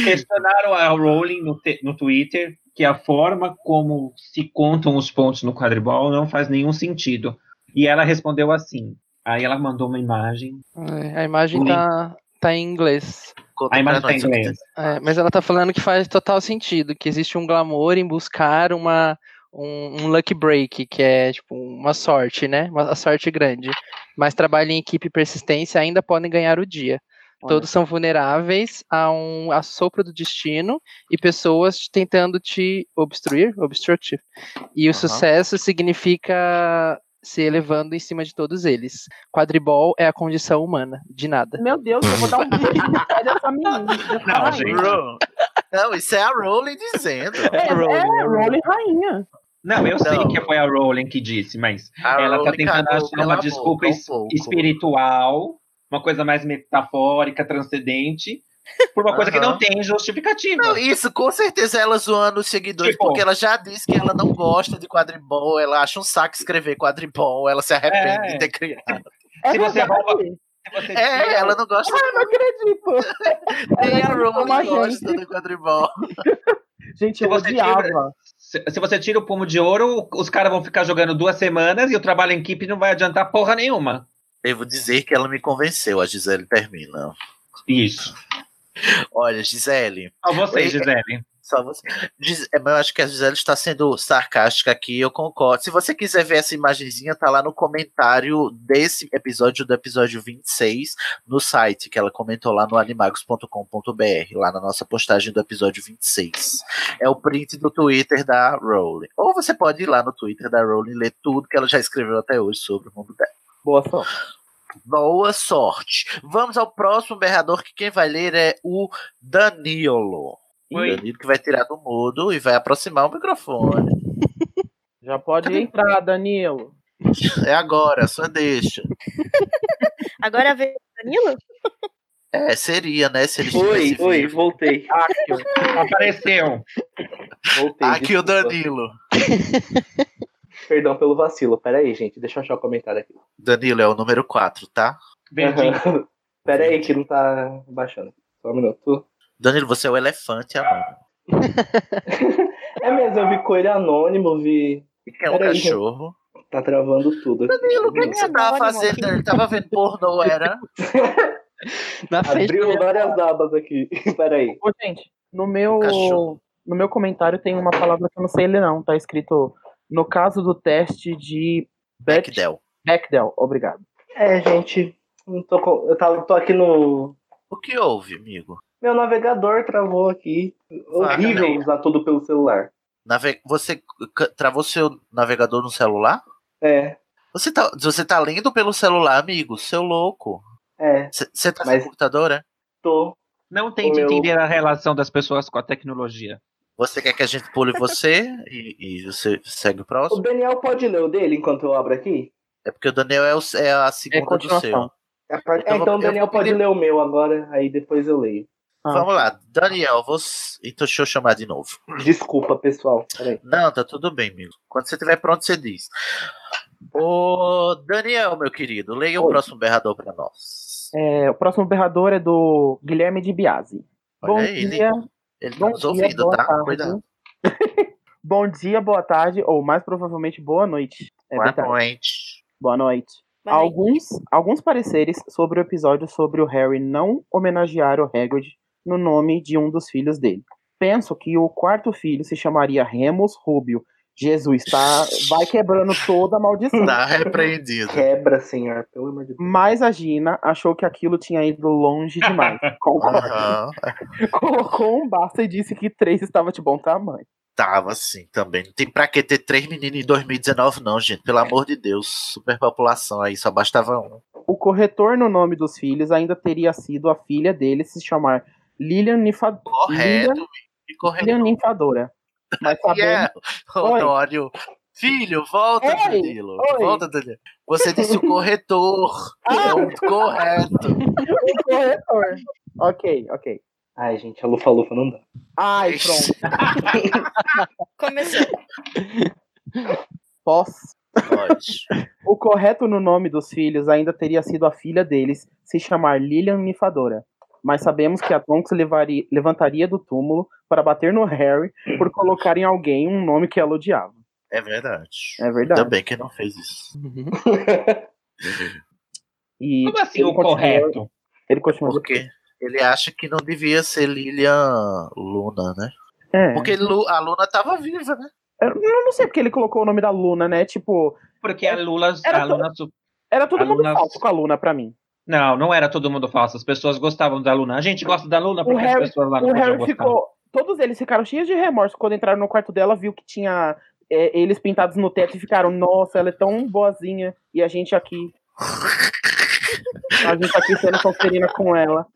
F: Questionaram a Rowling no, te- no Twitter que a forma como se contam os pontos no quadribol não faz nenhum sentido. E ela respondeu assim. Aí ela mandou uma imagem.
E: É, A imagem tá, tá em inglês.
F: A imagem tá em inglês.
E: É, mas ela tá falando que faz total sentido, que existe um glamour em buscar uma um, um luck break, que é tipo uma sorte, né? Uma a sorte grande. Mas trabalho em equipe e persistência ainda podem ganhar o dia.
I: Olha.
E: Todos são vulneráveis a um assopro do destino e pessoas te- tentando te obstruir, obstructive. E o sucesso significa se elevando em cima de todos eles. Quadribol é a condição humana, de nada.
B: Meu Deus, eu vou dar um beijo no pé dessa menina.
E: Não,
A: tá Bruno. Não, isso é a Rowling dizendo.
B: É, é, Rowling rainha.
F: Não, eu sei
A: Não.
F: que foi a Rowling que disse, mas
A: Então. A
F: ela tá
A: Rowling
F: tentando
A: cagou
F: achar uma
A: pela
F: desculpa
A: boca um
F: es-
A: pouco.
F: espiritual, uma coisa mais metafórica, transcendente, por uma coisa que
A: Aham.
F: não tem justificativa.
A: Não, isso, com certeza ela zoando os seguidores,
F: Tipo-
A: porque ela já disse que ela não gosta de quadribol, ela acha um saco escrever quadribol, ela se arrepende
F: É.
A: de ter criado.
F: Se você rouba-
A: É, ela não gosta.
B: Ah, eu não acredito.
A: Nem a
B: Ela é como a
A: Rowling
B: gente.
A: gosta do quadribol.
B: Gente, eu
F: você tira-
B: odiava.
F: Se, se você tira o pomo de ouro, os caras vão ficar jogando duas semanas e o trabalho em equipe não vai adiantar porra nenhuma.
A: Devo dizer que ela me convenceu, a Gisele termina.
F: Isso.
A: Olha, Gisele.
F: A você,
A: é-
F: Gisele.
A: Só você. Diz- é, mas eu acho que a Gisele está sendo sarcástica aqui, eu concordo. Se você quiser ver essa imagenzinha, tá lá no comentário desse episódio, do episódio 26, no site, que ela comentou lá no animagos.com.br, lá na nossa postagem do episódio 26. É o print do Twitter da Rowling. Ou você pode ir lá no Twitter da Rowling e ler tudo que ela já escreveu até hoje sobre o mundo dela.
E: Boa sorte.
A: Boa sorte. Vamos ao próximo berrador, que quem vai ler é o Danilo. O
B: Oi.
A: Danilo que vai tirar do mudo e vai aproximar o microfone.
B: Já pode entrar, Danilo.
A: É agora, só deixa.
D: Agora vem o Danilo?
A: É, seria, né? Se ele
C: Oi,
A: estivesse
C: oi,
A: vivo.
C: voltei.
F: Apareceu.
C: Voltei.
A: Aqui o
C: desculpa.
A: Danilo.
C: Perdão pelo vacilo. Pera aí, gente. Deixa eu achar o comentário aqui.
A: Danilo é o número 4, tá?
F: Verdinho.
C: Pera aí que não tá baixando. Só um minuto.
A: Danilo, você é o elefante anônimo.
C: É mesmo, eu vi coelho anônimo, vi.
A: É um
C: Pera aí, gente.
A: cachorro.
C: Tá travando tudo aqui.
A: Danilo, o que, que você tava fazendo? Ele tava vendo pornô, era?
E: Na frente da
C: Abriu
E: minha-
C: várias abas aqui. Pera aí.
B: Ô, gente, no meu,
C: Cachorro.
B: no meu comentário tem uma palavra que eu não sei ler, não. Tá escrito no caso do teste de Bech-
A: Bechdel.
B: Bechdel, obrigado.
C: É, gente. Não tô com... Eu tava, tô aqui no.
A: O que houve, amigo?
C: Meu navegador travou aqui. Horrível
A: Sacaneia.
C: usar tudo pelo celular.
A: Nave... Você c- travou seu navegador no celular?
C: É,
A: Você tá, você tá lendo pelo celular, amigo? Seu louco.
C: é.
A: Você tá
C: Mas-
A: no computador, é?
C: Tô.
F: Não tente
C: O meu-
F: entender a relação das pessoas com a tecnologia.
A: Você quer que a gente pule você e, e você segue o
C: O
A: próximo?
C: Daniel pode ler o dele enquanto eu abro aqui?
A: É porque o Daniel é, o- é a segunda do seu.
C: continuação. É, pra- é,
A: Então
C: Então, o
A: eu vou- eu
C: Daniel
A: vou
C: pode
A: pedir-
C: ler o meu agora, aí depois eu leio.
A: Vamos lá, Daniel, você... então deixa eu chamar de novo.
C: Desculpa, pessoal. Peraí.
A: Não, tá tudo bem, amigo. Quando você estiver pronto, você diz. Ô, Daniel, meu querido, leia o próximo berrador pra nós.
B: É, o próximo berrador é do Guilherme de Biasi.
A: Olha
B: Bom
A: aí, ele,
B: dia.
A: ele tá
B: bom
A: nos
B: dia,
A: ouvindo,
B: boa
A: tá?
B: tarde.
A: Cuidado.
B: Bom dia, boa tarde, ou mais provavelmente boa noite. É
A: Boa
B: verdade.
A: noite.
B: Boa noite.
D: Boa noite.
B: Alguns, alguns pareceres sobre o episódio sobre o Harry não homenagear o Hagrid no nome de um dos filhos dele. Penso que o quarto filho se chamaria Remus Rubio. Jesus, tá, vai quebrando toda a maldição.
A: Tá repreendido.
B: É.
C: Quebra, senhor, pelo amor de Deus.
B: Mas a Gina achou que aquilo tinha ido longe demais. Concordo.
A: Aham.
B: Colocou um basta e disse que três estava de bom tamanho.
A: Tava assim também. Não tem pra que ter três meninos em 2019, não, gente. Pelo amor de Deus. Superpopulação aí, só bastava um.
B: O corretor no nome dos filhos ainda teria sido a filha dele se chamar Lilian Nifadora.
A: Correto,
B: Lilian,
A: e correto.
B: Lilian Nifadora. Mas sabemos,
A: Yeah, é Honório. Filho, volta,
B: Oi,
A: Danilo.
B: oi. Ah.
A: Volta, Danilo. Você disse o corretor. É o correto.
B: o corretor. Ok, ok.
C: Ai, gente, a Lufa Lufa não dá.
B: Ai, pronto.
D: Começou.
B: Posso?
A: Pode.
B: O correto no nome dos filhos ainda teria sido a filha deles se chamar Lilian Nifadora. Mas sabemos que a Tonks levari- levantaria do túmulo para bater no Harry por colocar em alguém um nome que ela odiava.
A: É verdade.
B: É verdade.
A: Ainda bem que não fez isso.
B: E
F: Como assim
B: ele
F: o
B: continuou-
F: correto?
B: Ele continua.
A: Porque ele acha que não devia ser Lilian Luna, né?
B: É.
A: Porque Lu- a Luna tava viva, né?
B: Eu não não sei porque ele colocou o nome da Luna, né? Tipo,
F: Porque a Lula.
B: Era
F: A Luna su-
B: era todo
F: A
B: mundo
F: Luna-
B: falso com a Luna pra mim.
F: Não, não era todo mundo falso. As pessoas gostavam da Luna. A gente gosta da Luna
B: O
F: porque as
B: Harry,
F: pessoas lá não
B: o
F: podiam
B: Harry
F: gostar.
B: ficou. Todos eles ficaram cheios de remorso quando entraram no quarto dela, viu que tinha é, eles pintados no teto e ficaram, nossa, ela é tão boazinha. E a gente aqui. A gente aqui sendo conferina com ela.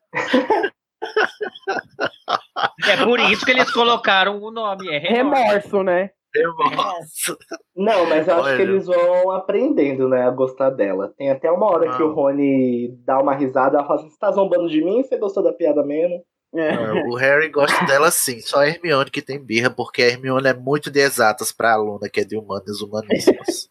F: É por isso que eles colocaram o nome. É remorso.
B: Remorso, né?
A: Remorso.
C: Não, mas eu acho
A: Olha.
C: que eles vão aprendendo, né, a gostar dela. Tem até uma hora que
A: Não.
C: o Rony dá uma risada, ela fala assim, você tá zombando de mim? Você gostou da piada mesmo?
B: É.
A: Não, O Harry gosta dela sim, só a Hermione que tem birra, porque a Hermione é muito de exatas pra aluna que é de humanas humaníssimas.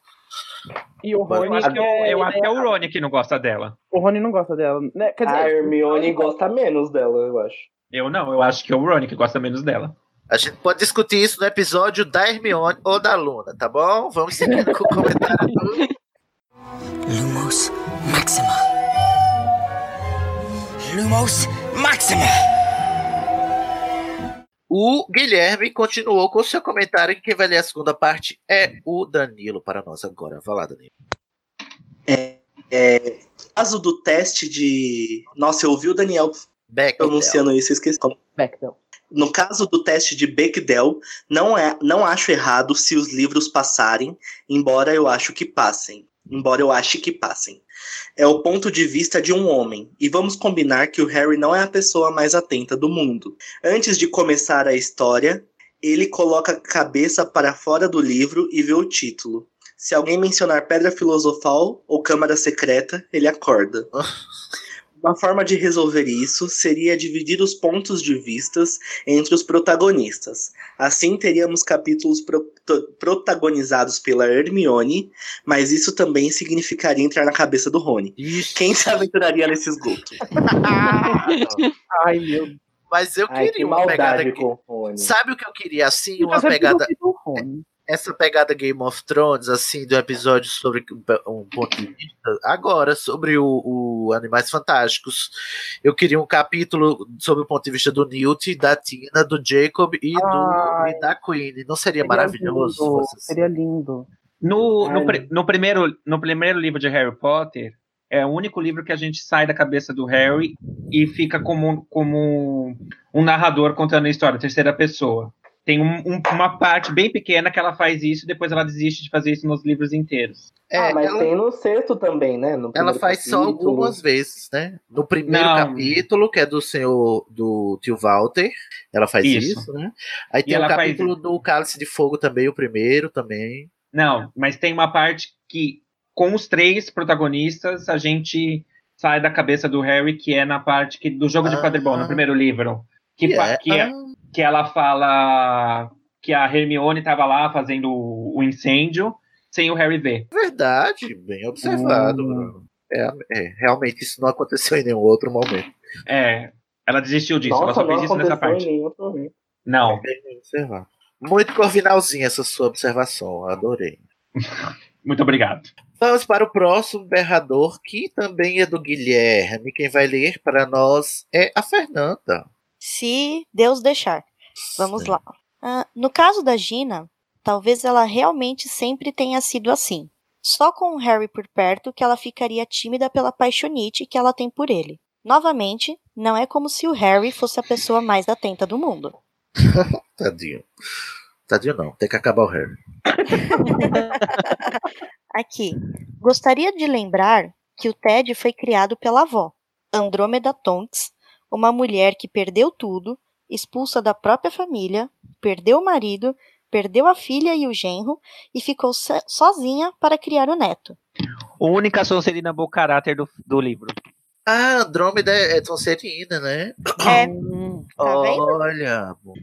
B: E o
F: Eu
B: Rony.
F: acho que, é, eu
B: é-
F: acho que é o Rony que não gosta dela.
B: O Rony não gosta dela. Né? Quer dizer,
C: A Hermione gosta menos dela, eu acho.
F: Eu não, eu acho que é o Rony que gosta menos dela.
A: A gente pode discutir isso no episódio da Hermione ou da Luna, tá bom? Vamos seguindo com o comentário do
G: Lumos Maxima. Lumos Maxima.
A: O Guilherme continuou com o seu comentário que quem vai ler a segunda parte é o Danilo para nós agora. Vai lá, Danilo.
I: É, é, caso do teste de. Nossa, eu ouvi o Daniel
A: Bechdel.
I: pronunciando isso, eu esqueci.
E: Bechdel.
I: No caso do teste de Bechdel, não, é, não acho errado se os livros passarem, embora eu acho que passem. Embora eu ache que passem. É o ponto de vista de um homem, e vamos combinar que o Harry não é a pessoa mais atenta do mundo. Antes de começar a história, ele coloca a cabeça para fora do livro e vê o título. Se alguém mencionar Pedra Filosofal ou Câmara Secreta, ele acorda. Uma forma de resolver isso seria dividir os pontos de vistas entre os protagonistas. Assim teríamos capítulos pro- to- protagonizados pela Hermione, mas isso também significaria entrar na cabeça do Rony. Quem se aventuraria nesse esgoto?
A: Ai, meu Mas eu
I: Ai,
A: queria
I: que
A: uma pegada
I: maldade
A: aqui. Sabe o que eu queria? Assim, uma
B: Mas é
A: pegada. é
B: tudo Rony.
A: Essa pegada Game of Thrones, assim, do episódio sobre um ponto de vista, agora, sobre o, o Animais Fantásticos. Eu queria um capítulo sobre o ponto de vista do Newt, da Tina, do Jacob e, do,
B: Ai.
A: e da Queen. Não seria,
B: Seria
A: maravilhoso? assim?
B: lindo,
A: vocês?
B: Seria lindo.
F: No, no,
B: Ai.
F: pri- no primeiro, no primeiro livro de Harry Potter, é o único livro que a gente sai da cabeça do Harry e fica como, um- como um- um narrador contando a história, terceira pessoa. Tem um- um- uma parte bem pequena que ela faz isso e depois ela desiste de fazer isso nos livros inteiros.
A: É,
E: ah, mas
A: ela-
E: tem no sexto também, né? No
A: Ela
E: primeiro
A: faz só
E: capítulo.
A: algumas vezes, né? No primeiro
F: Não.
A: capítulo, que é do senhor do tio Walter, ela faz isso,
F: Isso.
A: né? Aí
F: E
A: tem o
F: ela faz-
A: capítulo do Cálice de Fogo também, o primeiro também.
F: Não, mas tem uma parte que, com os três protagonistas, a gente sai da cabeça do Harry, que é na parte que, do jogo de quadribol, no primeiro livro. Que,
A: Que
F: pa-
A: é-
F: que, é- que ela fala que a Hermione estava lá fazendo o, o incêndio, sem o Harry ver.
A: Verdade, bem observado, Bruno. É, é, realmente isso não aconteceu em nenhum outro momento.
F: É, ela desistiu disso, ela
E: Nossa,
F: só
E: não
F: fez isso nessa
E: aconteceu em
F: parte.
E: nenhum outro momento.
F: Não,
A: Bem observado. Muito corvinalzinha essa sua observação, adorei.
F: muito obrigado.
A: Vamos para o próximo berrador, que também é do Guilherme. Quem vai ler para nós é a Fernanda.
D: Se Deus deixar. Vamos
A: Sim.
D: lá. Ah, no caso da Gina, talvez ela realmente sempre tenha sido assim. Só com o Harry por perto que ela ficaria tímida pela paixonite que ela tem por ele. Novamente, não é como se o Harry fosse a pessoa mais atenta do mundo.
A: Tadinho. Tadinho não, tem que acabar o Harry.
D: Aqui, gostaria de lembrar que o Ted foi criado pela avó, Andrômeda Tonks, uma mulher que perdeu tudo, expulsa da própria família, perdeu o marido, perdeu a filha e o genro e ficou so- sozinha para criar o neto.
F: Única Sonserina bom caráter do, do livro.
A: Ah, Andrômeda é é Sonserina, né?
D: É, vendo?
A: Olha, pô.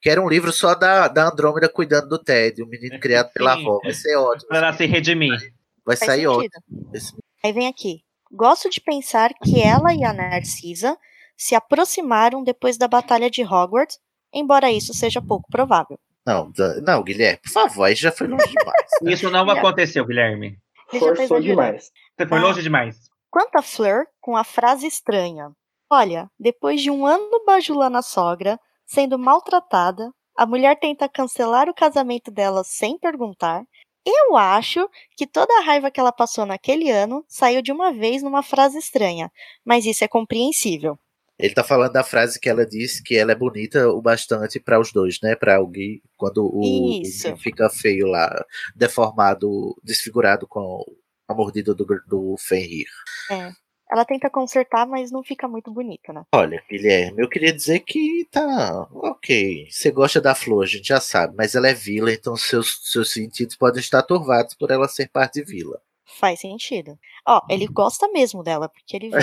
A: quero um livro só da, da Andrômeda cuidando do Ted, o menino criado pela avó. Vai ser ótimo.
F: Pra ela se redimir.
A: Vai
D: Faz
A: sair
D: sentido.
A: é ótimo. Esse-
D: Aí vem aqui. Gosto de pensar que ela e a Narcisa se aproximaram depois da Batalha de Hogwarts, embora isso seja pouco provável.
A: Não, da- não, Guilherme, por favor, aí já foi longe demais.
F: Isso não aconteceu, Guilherme.
D: Ele já tá
E: Forçou
D: exagerando.
E: demais.
F: Você foi longe demais.
D: Quanto a Fleur, com a frase estranha: Olha, depois de um ano bajulando a sogra, sendo maltratada, a mulher tenta cancelar o casamento dela sem perguntar. Eu acho que toda a raiva que ela passou naquele ano saiu de uma vez numa frase estranha, mas isso é compreensível.
A: Ele tá falando da frase que ela disse que ela é bonita o bastante para os dois, né? Para o Gui, quando o, o
D: Isso.
A: Gui fica feio lá, deformado, desfigurado com a mordida do, gr- do Fenrir.
D: É. Ela tenta consertar, mas não fica muito bonita, né?
A: Olha, Guilherme, eu queria dizer que tá ok. Você gosta da flor, a gente já sabe, mas ela é vila, então seus, seus sentidos podem estar turvados por ela ser parte de vila.
D: Faz sentido. Ó, ele gosta mesmo dela, porque ele vê.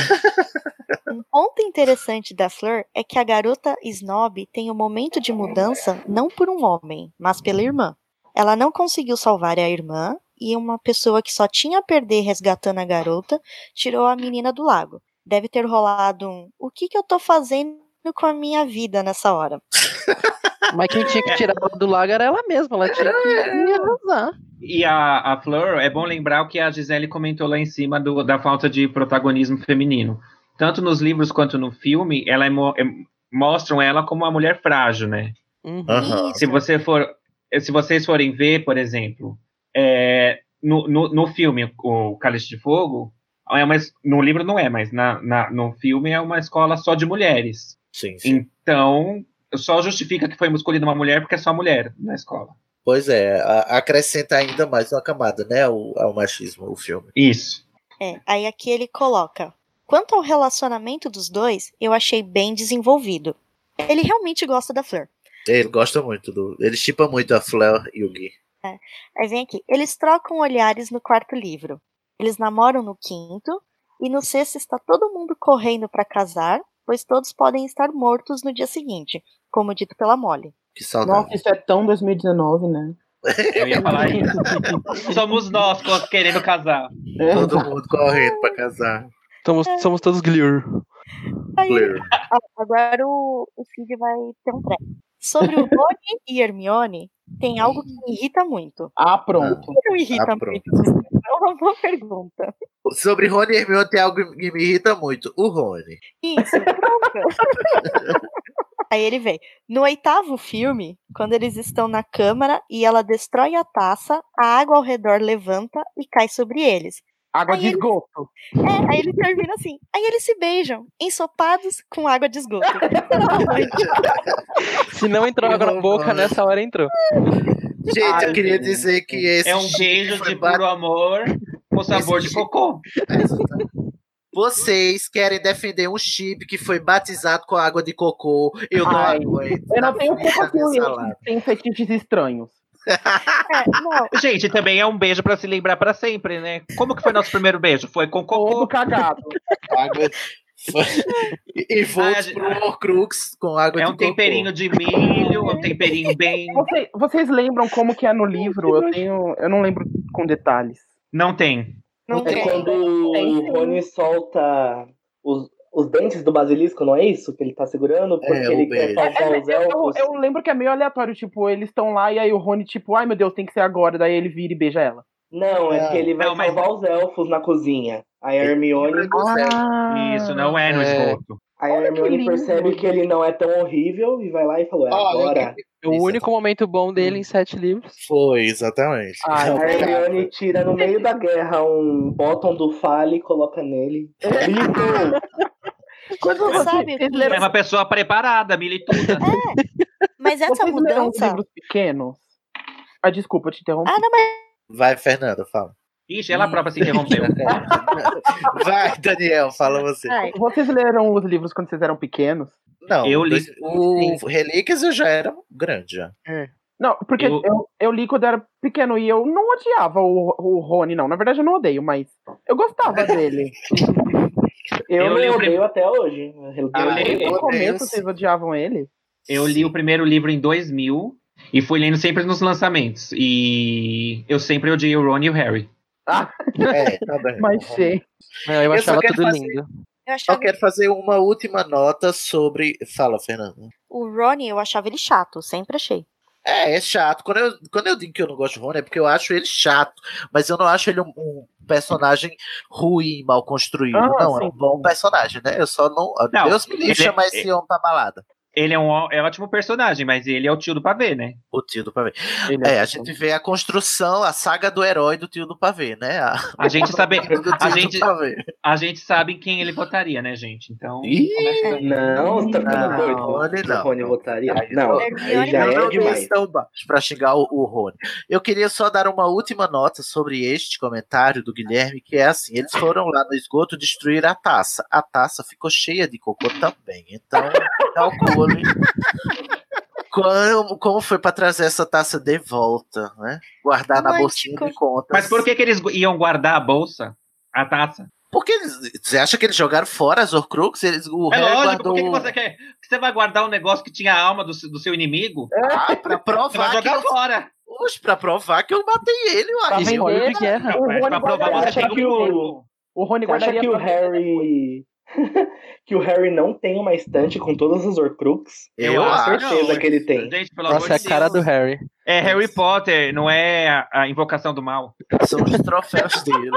D: um ponto interessante da Fleur é que a garota snob tem um momento de mudança não por um homem, mas pela irmã. Ela não conseguiu salvar a irmã e uma pessoa que só tinha a perder resgatando a garota tirou a menina do lago. Deve ter rolado um o que, que eu tô fazendo com a minha vida nessa hora.
E: Mas quem tinha que tirar ela do lago era ela mesma. Ela tinha que arrasar.
F: E a, a Fleur, é bom lembrar o que a Gisele comentou lá em cima do- da falta de protagonismo feminino. Tanto nos livros quanto no filme, ela é mo- é- mostram ela como uma mulher frágil, né?
E: Ah,
A: Uhum.
F: Se, você for, se vocês forem ver, por exemplo, é, no, no, no filme O Cálice de Fogo, é uma, es- no livro não é, mas na, na- no filme é uma escola só de mulheres.
A: Sim, sim.
F: Então, só justifica que foi escolhida uma mulher porque é só mulher na escola.
A: Pois é, a- acrescenta ainda mais uma camada, né, ao, ao machismo, o filme.
F: Isso.
D: É, aí aqui ele coloca: Quanto ao relacionamento dos dois, eu achei bem desenvolvido. Ele realmente gosta da Fleur.
A: Ele gosta muito do. Ele chipa muito a Fleur e o Gui.
D: É. Aí vem aqui: eles trocam olhares no quarto livro. Eles namoram no quinto, e no sexto está todo mundo correndo para casar, pois todos podem estar mortos no dia seguinte, como dito pela Molly.
A: Que
B: Nossa, isso é tão 2019, né?
F: Eu ia falar isso. Somos nós co- querendo casar.
A: Todo mundo correndo pra casar.
E: Somos, somos todos Glur.
D: Aí,
E: Glur.
D: a- agora o, o Cid vai ter um treco. Sobre o Rony e Hermione, tem algo que me irrita muito.
B: Ah, pronto.
D: O que não irrita
A: Ah, pronto.
D: muito? É uma boa pergunta.
A: Sobre Rony e Hermione tem algo que me irrita muito. O Rony.
D: Isso, pronto. Aí ele vem. No oitavo filme, quando eles estão na câmara e ela destrói a taça, a água ao redor levanta e cai sobre eles.
B: Água
D: Aí
B: de
D: ele-
B: esgoto.
D: É, aí ele termina assim. Aí eles se beijam, ensopados com água de esgoto. É, Será romântico?
E: Se não entrou água na boca, nessa hora entrou.
A: Gente, eu queria dizer que esse.
F: É um beijo de puro amor com sabor de cocô.
A: Vocês querem defender um chip que foi batizado com água de cocô. Eu não
B: Ai,
A: aguento.
B: Eu não tenho
D: é
A: frita
B: culpa que o
A: dessa
B: Will
A: lata.
B: tem fetiches estranhos.
F: Gente, também é um beijo pra se lembrar pra sempre, né? Como que foi nosso primeiro beijo? Foi com cocô.
B: Todo cagado.
A: Água- E- E voltos
F: Ah,
A: pro Horcrux com água
F: É
A: de
F: um
A: cocô.
F: temperinho de milho, é um temperinho bem.
B: Vocês, vocês lembram como que é no livro? Eu tenho, eu não lembro com detalhes.
F: Não tem.
D: Não
C: É
D: tem.
C: quando o Rony solta os, os dentes do basilisco, não é isso? Que ele tá segurando porque
A: É, o
C: ele quer
A: beijo.
C: salvar
D: É,
C: os
B: Eu,
C: elfos.
B: eu lembro que é meio aleatório, tipo, eles estão lá e aí o Rony, tipo, ai meu Deus, tem que ser agora. Daí ele vira e beija ela.
C: Não, é
A: Não.
C: que ele vai salvar os elfos na cozinha. A Hermione.
B: Ah.
F: Isso, não é no
E: É.
F: esgoto.
C: A Hermione
B: lindo.
C: percebe que ele não é tão horrível e vai lá e falou: é
A: Olha,
C: agora.
E: É o único momento bom dele em sete livros.
A: Foi, exatamente. É um
C: A
A: Não, cara.
C: Hermione tira no meio da guerra um bottom do Fale e coloca nele.
B: Quando
D: Você
B: você-
D: sabe o
B: vocês
D: que-
B: leram,
F: É uma pessoa preparada, milituda.
D: Mas essa
B: vocês leram os
D: mudança.
B: livros pequenos? Ah, desculpa, eu te interrompi.
D: Ah, não, mas
A: Vai, Fernanda, fala.
F: Ixi, ela própria se interrompeu.
A: Vai, Daniel, fala você.
D: Ai,
B: Vocês leram os livros quando vocês eram pequenos?
A: Não,
F: Eu li.
A: dois- o Relíquias eu já era grande, já.
B: Não, porque eu,
F: Eu-
B: eu li quando era pequeno e eu não odiava o, o Rony, não. Na verdade, eu não odeio, mas eu gostava dele.
C: Eu,
F: Eu
C: eu
F: li o
C: odeio
F: prim-
C: até hoje. Eu
A: Ah,
C: odeio.
F: eu-
B: No
A: odeio
B: começo,
A: sim.
B: vocês odiavam ele?
F: Eu li o primeiro livro em 2000 e fui lendo sempre nos lançamentos. E eu sempre odiei o Ron e o Harry.
B: Ah,
A: É, tá bem.
B: mas sei.
E: Não, É, eu
A: Eu só
E: achava
A: quero
E: tudo
A: fazer-
E: lindo.
D: eu
A: Só
D: achava
A: quero fazer uma última nota sobre. Fala, Fernanda.
D: o Ronnie, eu achava ele chato, sempre achei.
A: É, é chato. Quando eu, quando eu digo que eu não gosto do Rony, é porque eu acho ele chato. Mas eu não acho ele um, um personagem ruim, mal construído.
B: Ah,
A: não, é um
B: sim.
A: bom personagem, né? Eu só não.
F: Não,
A: Deus me livre
F: ele é-
A: chamar esse homem pra balada.
F: Ele é um ó- é um ótimo personagem, mas ele é o tio do pavê, né?
A: O tio do pavê.
B: Ele
A: É, a
B: assim.
A: gente vê a construção, a saga do herói do tio do pavê, né? A,
F: A gente sabe,
A: do tio
F: a gente,
A: do pavê.
F: a gente sabe em quem ele votaria, né, gente? Então,
A: Ih,
F: começa daí.
C: Não, você tá ficando
A: Não,
C: doido.
A: Rony
C: que
A: não.
C: o Rony votaria.
A: Aí
C: Não,
A: não.
C: aí
D: Hermione
C: já
A: Eu
C: é
A: não
C: demais.
A: desço tão baixo para xingar o, o Rony. Eu queria só dar uma última nota sobre este comentário do Guilherme, que é assim: eles foram lá no esgoto destruir a taça. A taça ficou cheia de cocô também. Então, calcule como, como foi para trazer essa taça de volta, né? Guardar na bolsinha de
D: Romântico.
A: contas.
F: Mas por que, que eles gu- iam guardar a bolsa? A taça?
A: Porque eles, você acha que eles jogaram fora as Horcrux? Eles, o
F: É
A: Harry
F: lógico,
A: guardou.
F: por que, que você quer? Você vai guardar um negócio que tinha a alma do, se- do seu inimigo?
A: Ah, pra
F: Você vai
A: provar que
F: jogar
A: eu,
F: fora.
A: Oxe, pra provar que eu matei ele, eu
B: Pra
A: acho.
E: Isso é olho de
B: vender,
E: guerra.
B: o
F: Mas
B: Rony
F: pra provar
B: guardaria-
F: você
C: Acha
F: tem um
C: que o-
F: corpo.
B: o Rony
C: Você acha
B: guardaria
C: que o
B: pra vender
C: Harry. que o Harry não tem uma estante com todas as Horcrux?
A: Eu,
F: Eu
C: Tenho
F: acho.
A: acho.
I: né?
C: certeza que ele tem.
F: Gente, pelo amor
E: Nossa, é a
F: de
E: cara
F: Deus.
E: do Harry.
F: É Harry Potter, não é a, a invocação do mal.
A: São os troféus dele.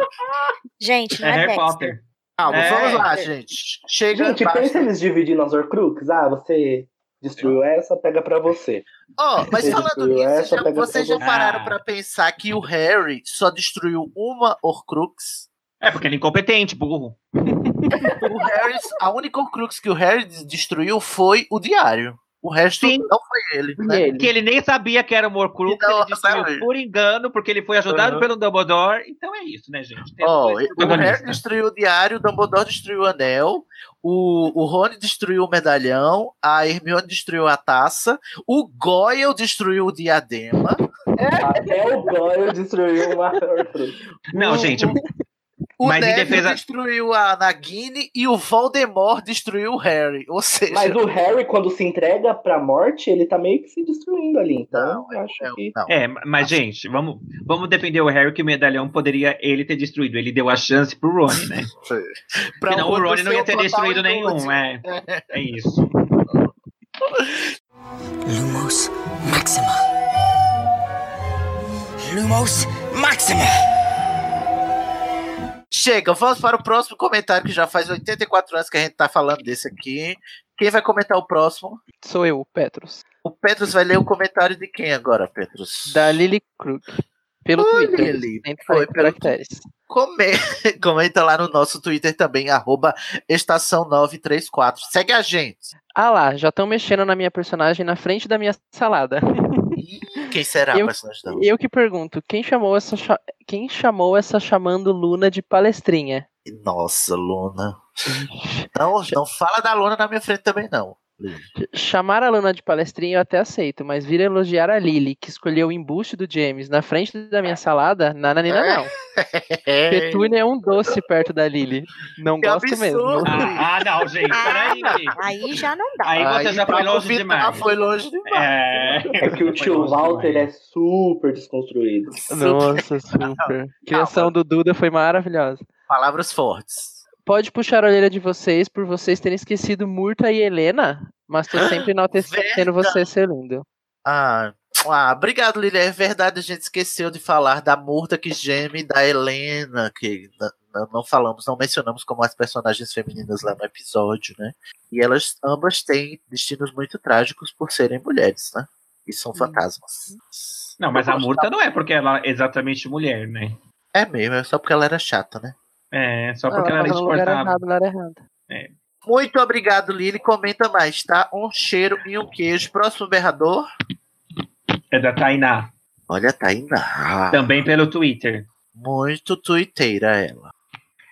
D: Gente,
F: É
D: não é,
F: Harry
D: Dexter.
F: Potter.
A: Calma,
F: É.
A: vamos lá, gente. Chega.
C: Gente,
A: basta.
C: pensa eles dividindo as Horcrux. Ah, você Destruiu essa, pega pra você.
A: Ó, mas
C: Você
A: falando
C: destruiu
A: nisso,
C: essa,
A: já-
C: pega pra
A: vocês já
C: você.
F: Ah.
A: pararam pra pensar que o Harry só destruiu uma Horcrux?
F: É, porque ele é incompetente, burro.
A: O Harry, a única Horcrux que o Harry des- destruiu foi o diário. O resto não foi ele. né?
F: Que ele nem sabia que era o Horcrux, que
A: Então,
F: ele destruiu por engano, porque ele foi ajudado
A: Uhum.
F: pelo Dumbledore. Então é isso, né, gente? Tem
A: Ó,
F: dois
A: Oh, o Harry
F: protagonistas.
A: destruiu o diário, o Dumbledore destruiu o anel, o, o Rony destruiu o medalhão, a Hermione destruiu a taça, o Goyle destruiu o diadema.
C: Até o Goyle destruiu uma
F: Não, gente.
A: O
F: Mas em
A: Neville
F: defesa.
A: destruiu a Nagini e o Voldemort destruiu o Harry. Ou seja,
C: Mas o Harry, quando se entrega pra morte, ele tá meio que se destruindo ali. Então, eu acho que.
F: É, mas, gente, vamos, vamos defender o Harry que o medalhão poderia ele ter destruído. Ele deu a chance pro Rony, né?
A: Pra
F: Senão o
A: Rony
F: Rony não
A: ser
F: ia
A: o
F: ter
A: total
F: destruído nenhum,
A: inútil.
F: é. É isso.
J: Lumos Maxima. Lumos Maxima.
A: Chega, vamos para o próximo comentário que já faz 84 anos que a gente tá falando desse aqui. Quem vai comentar o próximo?
E: Sou eu, Petros.
A: O Petrus vai ler o comentário de quem agora, Petrus?
E: Da Lily Crook. Pelo
A: Olha
E: Twitter.
A: ele,
E: sempre
A: foi
E: foi
A: pelo-
E: caracteres.
A: Come- Comenta lá no nosso Twitter também, arroba estação 934. Segue a gente.
E: Ah lá, já estão mexendo na minha personagem na frente da minha salada.
A: Quem será
E: eu,
A: a personagem da Luna?
E: eu que pergunto, quem chamou essa cha- quem chamou essa chamando Luna de palestrinha?
A: Nossa, Luna. Não, não fala da Luna na minha frente também, não.
E: Chamar a Luna de palestrinha eu até aceito, mas vir elogiar a Lily, que escolheu o embuste do James na frente da minha salada, nananina não. Petúnia é um doce perto da Lily. Não
A: Que
E: gosto mesmo.
A: absurdo.
F: Ah, ah, não, gente, peraí.
D: Aí já não dá.
F: Aí você já foi
A: pra
F: longe
A: convidar,
F: demais.
A: Foi longe demais.
C: É que o tio Walter é super desconstruído.
E: Nossa, super. Criação do Duda foi maravilhosa.
A: Palavras fortes.
E: Pode puxar a orelha de vocês por vocês terem esquecido Murta e Helena, mas tô sempre enaltecendo você, seu lindo.
A: Ah, ah, obrigado, Lili. É verdade, a gente esqueceu de falar da Murta que geme e da Helena, que n- n- não falamos, não mencionamos como as personagens femininas lá no episódio, né? E elas ambas têm destinos muito trágicos por serem mulheres, né? E são fantasmas.
F: Não, mas
A: Eu
F: a
A: gosto
F: Murta
A: da-
F: não é porque ela é exatamente mulher, né?
A: É mesmo, é só porque ela era chata, né?
F: É, só
E: Ah,
F: porque
E: ela tava
F: ela, era
E: no lugar
F: insuportável.
E: errado, na hora errada.
A: Muito obrigado, Lili. Comenta mais, tá? Um cheiro e um queijo. Próximo berrador.
F: É da Tainá.
A: Olha, tá a Tainá.
F: Também pelo Twitter.
A: Muito tuiteira ela.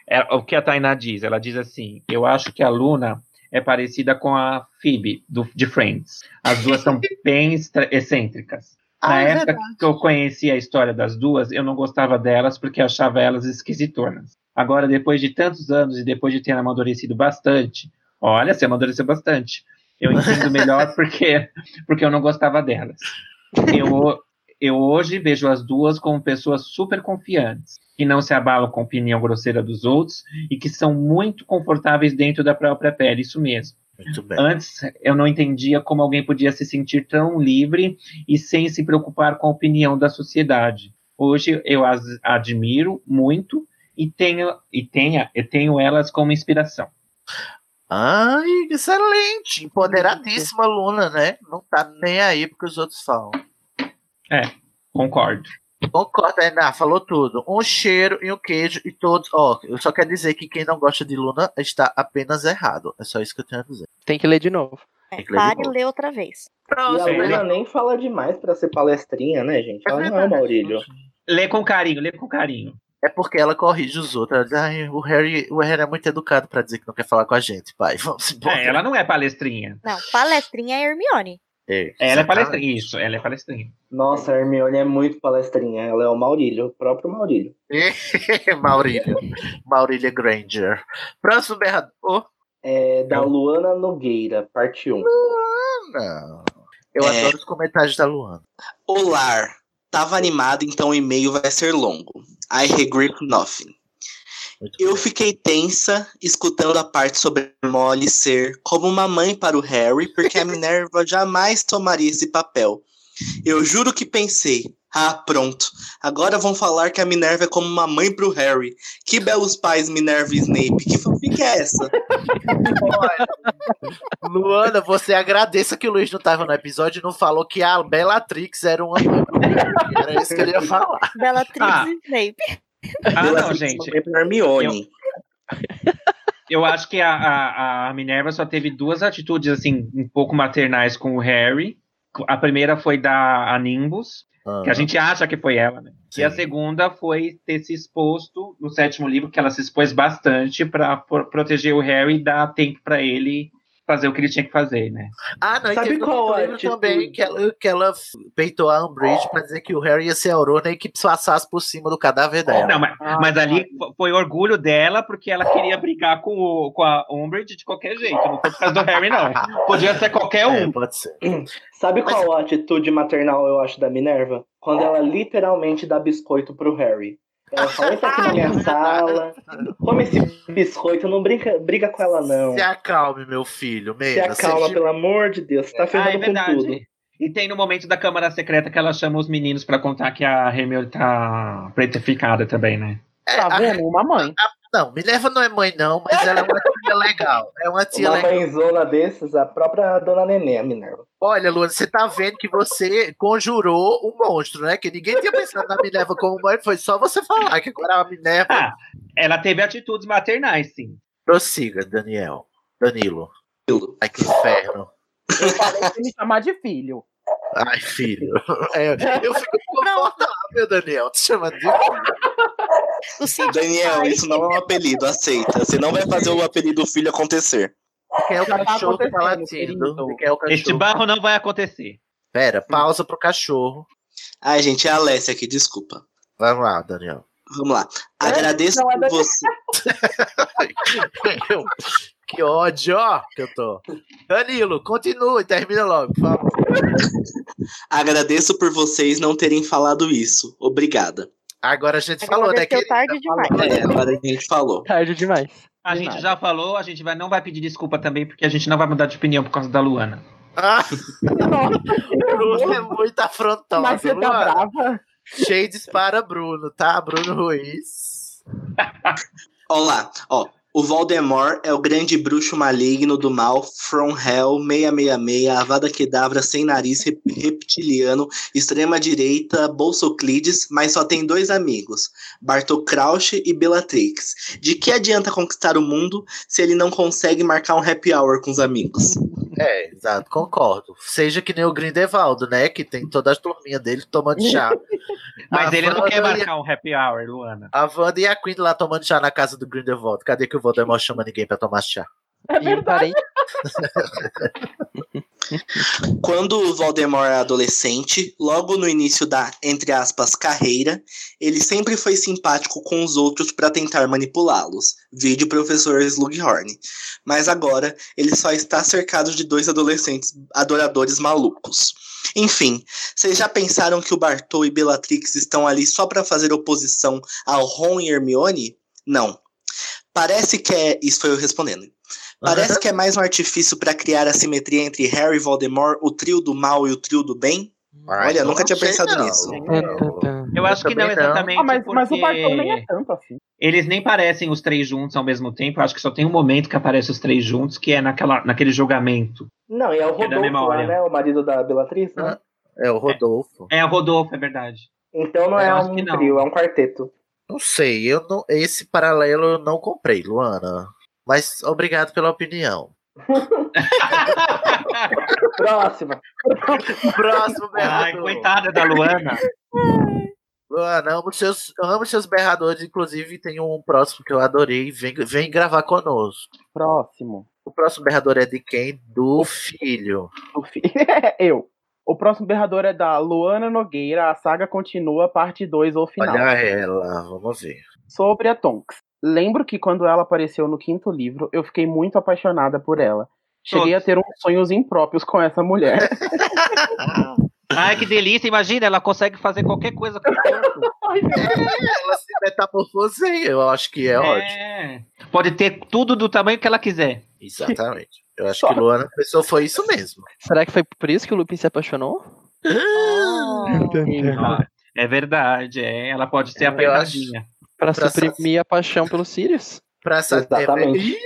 F: É, o que a Tainá diz? Ela diz assim: Eu acho que a Luna é parecida com a Phoebe do, de Friends. As duas são bem extra- excêntricas. Na
K: Ah, é
F: época que eu conheci a história das duas, eu não gostava delas porque achava elas esquisitonas. Agora, depois de tantos anos e depois de ter amadurecido bastante, olha, você amadureceu bastante. Eu entendo melhor porque, porque eu não gostava delas. Eu, ho- eu hoje vejo as duas como pessoas super confiantes, que não se abalam com a opinião grosseira dos outros e que são muito confortáveis dentro da própria pele, isso mesmo.
A: Muito bem.
F: Antes eu não entendia como alguém podia se sentir tão livre e sem se preocupar com a opinião da sociedade. Hoje eu as admiro muito e tenho, e tenha, eu tenho elas como inspiração.
A: Ai, excelente. Empoderadíssima Luna, né? Não tá nem aí porque os outros falam.
F: É, concordo.
A: Concorda, Ená, falou tudo. Um cheiro e um queijo e todos. Ó, eu só quero dizer que quem não gosta de Luna está apenas errado. É só isso que eu tenho a dizer.
E: Tem que ler de novo.
A: Tem que ler de
D: É, Pare e
A: novo.
D: lê outra vez.
C: E a
A: Sim.
C: Luna nem fala demais pra ser palestrinha, né, gente? Ela não é o Maurílio.
F: Lê com carinho, lê com carinho.
A: É porque ela corrige os outros. Ela diz, Ai, o, Harry, o Harry é muito educado pra dizer que não quer falar com a gente, pai. Vamos embora.
F: É, ela não é palestrinha.
D: Não, palestrinha é Hermione.
F: Ela é
A: Exatamente.
F: palestrinha, isso, ela é palestrinha.
C: Nossa, a Hermione é muito palestrinha. Ela é o Maurílio, o próprio Maurílio.
A: Maurília. Maurília Granger. Próximo berrador.
C: É da Luana Nogueira, parte 1.
A: Luana! Eu
I: É.
A: adoro os comentários da Luana.
I: Olá, tava animado, então o e-mail vai ser longo. I regret nothing. Eu fiquei tensa escutando a parte sobre Molly ser como uma mãe para o Harry, porque a Minerva jamais tomaria esse papel. Eu juro que pensei, Ah, pronto. Agora vão falar que a Minerva é como uma mãe pro Harry. Que belos pais, Minerva e Snape. Que fanfic é essa?
A: Luana, você agradeça que o Luiz não estava no episódio e não falou que a Bellatrix era uma. era isso que ele ia falar.
D: Bellatrix
F: Ah.
D: e Snape.
F: Ah,
I: Bellatrix
F: não, gente.
I: é pra Hermione.
F: Eu acho que a, a- a Minerva só teve duas atitudes, assim, um pouco maternais com o Harry. A primeira foi da Nimbus, que a gente acha que foi ela, né? E
I: Ah,
F: a segunda foi ter se exposto no sétimo livro, que ela se expôs bastante pra pro- proteger o Harry e dar tempo pra ele fazer o que ele tinha que fazer, né?
A: Ah, não, e
F: Sabe
A: teve
F: qual
I: é,
A: outro
F: a
A: livro
I: tipo-
F: atitude?
A: também que ela, que ela f- peitou a Umbridge pra dizer que o Harry ia ser a Aurora e que passasse por cima do cadáver dela.
F: Não, mas, mas ali fo- foi orgulho dela, porque ela queria brigar com, o, com a Umbridge de qualquer jeito. Não foi por causa do Harry, não. Podia ser qualquer um.
A: É, pode ser.
I: Sabe qual a atitude maternal eu acho da Minerva? Quando ela literalmente dá biscoito pro Harry. Ela fala, entra aqui na minha sala, come esse biscoito, não brinca, briga com ela não.
A: Se acalme, meu filho,
I: Então- Se
A: mesmo.
I: acalma, pelo amor de Deus, tá ferrando
F: Ah, é
I: com
F: verdade.
I: tudo.
F: E tem no momento da Câmara Secreta que ela chama os meninos pra contar que a Hermione tá pretificada também, né?
A: tá vendo? Uma mãe. não, Minerva não é mãe, não, mas ela é uma tia legal. É uma tia
I: Uma
A: legal.
I: mãezona desses, a própria dona Nenê, a Minerva.
A: Olha, Luana, você tá vendo que você conjurou um monstro, né? Que ninguém tinha pensado na Minerva como mãe, foi só você falar que agora a Minerva.
F: Ah, ela teve atitudes maternais, sim.
A: Prossiga, Daniel. Danilo. Ai, que inferno.
B: Eu falei pra me chamar de filho.
A: Ai, filho. É, eu fico confortável, Daniel, te chamando de filho.
I: Daniel, isso não é um apelido, aceita. Você não vai fazer o apelido do filho acontecer.
A: Quem é o
F: Já tá
A: cachorro que tá
F: acontecendo,
A: latindo? Quem é o cachorro?
F: Este barro não vai acontecer.
A: Pera, pausa pro cachorro.
I: Ai, gente, é a Alessia aqui, desculpa.
A: Vamos lá, Daniel.
I: Vamos lá. Agradeço por você.
A: Eu- que ódio ó, que eu tô. Danilo, continue, termina logo, por favor.
I: Agradeço por vocês não terem falado isso. Obrigada.
A: Agora a gente falou, né? Que
D: tarde demais.
I: É, agora a gente falou.
E: Tarde demais.
F: A gente já falou, a gente vai, não vai pedir desculpa também, porque a gente não vai mudar de opinião por causa da Luana.
A: Ah, Bruno é muito afrontoso.
B: Mas você tá brava?
A: Shades para Bruno, tá? Bruno Ruiz.
I: Olha lá, ó. O Voldemort é o grande bruxo maligno do mal, From Hell, 666, Avada Kedavra, sem nariz, rep- reptiliano, extrema-direita, Bolsoclides, mas só tem dois amigos, Bartol Crouch e Bellatrix. De que adianta conquistar o mundo se ele não consegue marcar um happy hour com os amigos?
A: É, exato, concordo. Seja que nem o Grindevaldo, né? Que tem toda a turminha dele tomando chá.
F: Mas
A: A
F: ele não
A: Wanda
F: quer
A: e a-
F: marcar um happy hour, Luana.
A: A Wanda e a Queen lá tomando chá na casa do Grindelwald. Cadê que o Voldemort chama ninguém pra tomar chá?
E: É verdade.
I: Quando o Voldemort é adolescente, logo no início da, entre aspas, carreira, ele sempre foi simpático com os outros para tentar manipulá-los, vide o professor Slughorn. Mas agora, ele só está cercado de dois adolescentes adoradores malucos. Enfim, vocês já pensaram que o Bartol e Bellatrix estão ali só para fazer oposição ao Ron e Hermione? Não. Parece que é. Isso foi eu respondendo. Parece que é mais um artifício para criar a simetria entre Harry e Voldemort, o trio do mal e o trio do bem? Olha, nunca tinha pensado nisso.
A: É,
F: Eu acho que não exatamente.
B: Ah, mas, mas o
F: porque
B: Bartol nem é tanto assim.
F: Eles nem parecem os três juntos ao mesmo tempo. Eu acho que só tem um momento que aparece os três juntos, que é naquela, naquele julgamento.
I: Não, e é o
F: É da mesma
I: Rodolfo lá,
F: hora.
I: né? O marido da Belatriz, né?
A: É o Rodolfo.
F: É, o Rodolfo, é verdade.
I: Então não é
F: Eu acho que
I: um
F: não.
I: trio, é um quarteto.
A: Não sei, eu não, esse paralelo eu não comprei, Luana. Mas obrigado pela opinião.
I: Próxima.
A: Próximo
F: Ai,
A: berrador.
F: coitada da Luana.
A: Luana, amo seus, amo seus berradores. Inclusive, tem um próximo que eu adorei. Vem, vem gravar conosco.
B: Próximo.
A: O próximo berrador é de quem? Do filho.
B: O fi- Eu. O próximo berrador é da Luana Nogueira. A saga continua, parte 2 ou final.
A: Olha ela, vamos ver.
B: Sobre a Tonks. Lembro que quando ela apareceu no quinto livro, eu fiquei muito apaixonada por ela. Cheguei a ter uns sonhos impróprios com essa mulher.
F: Ai, que delícia. Imagina, ela consegue fazer qualquer coisa com o corpo.
A: Ela se metamorfoseia, eu acho que é, ótimo.
F: É. Pode ter tudo do tamanho que ela quiser.
A: Exatamente. Eu acho que Luana pensou foi isso mesmo.
E: Será que foi por isso que o Lupin se apaixonou?
D: Oh.
F: Ó, É verdade, é. Ela pode ser
E: Eu
F: apertadinha.
E: Pra,
F: Pra
E: suprimir a paixão pelo Sirius?
A: Pra
F: Exatamente.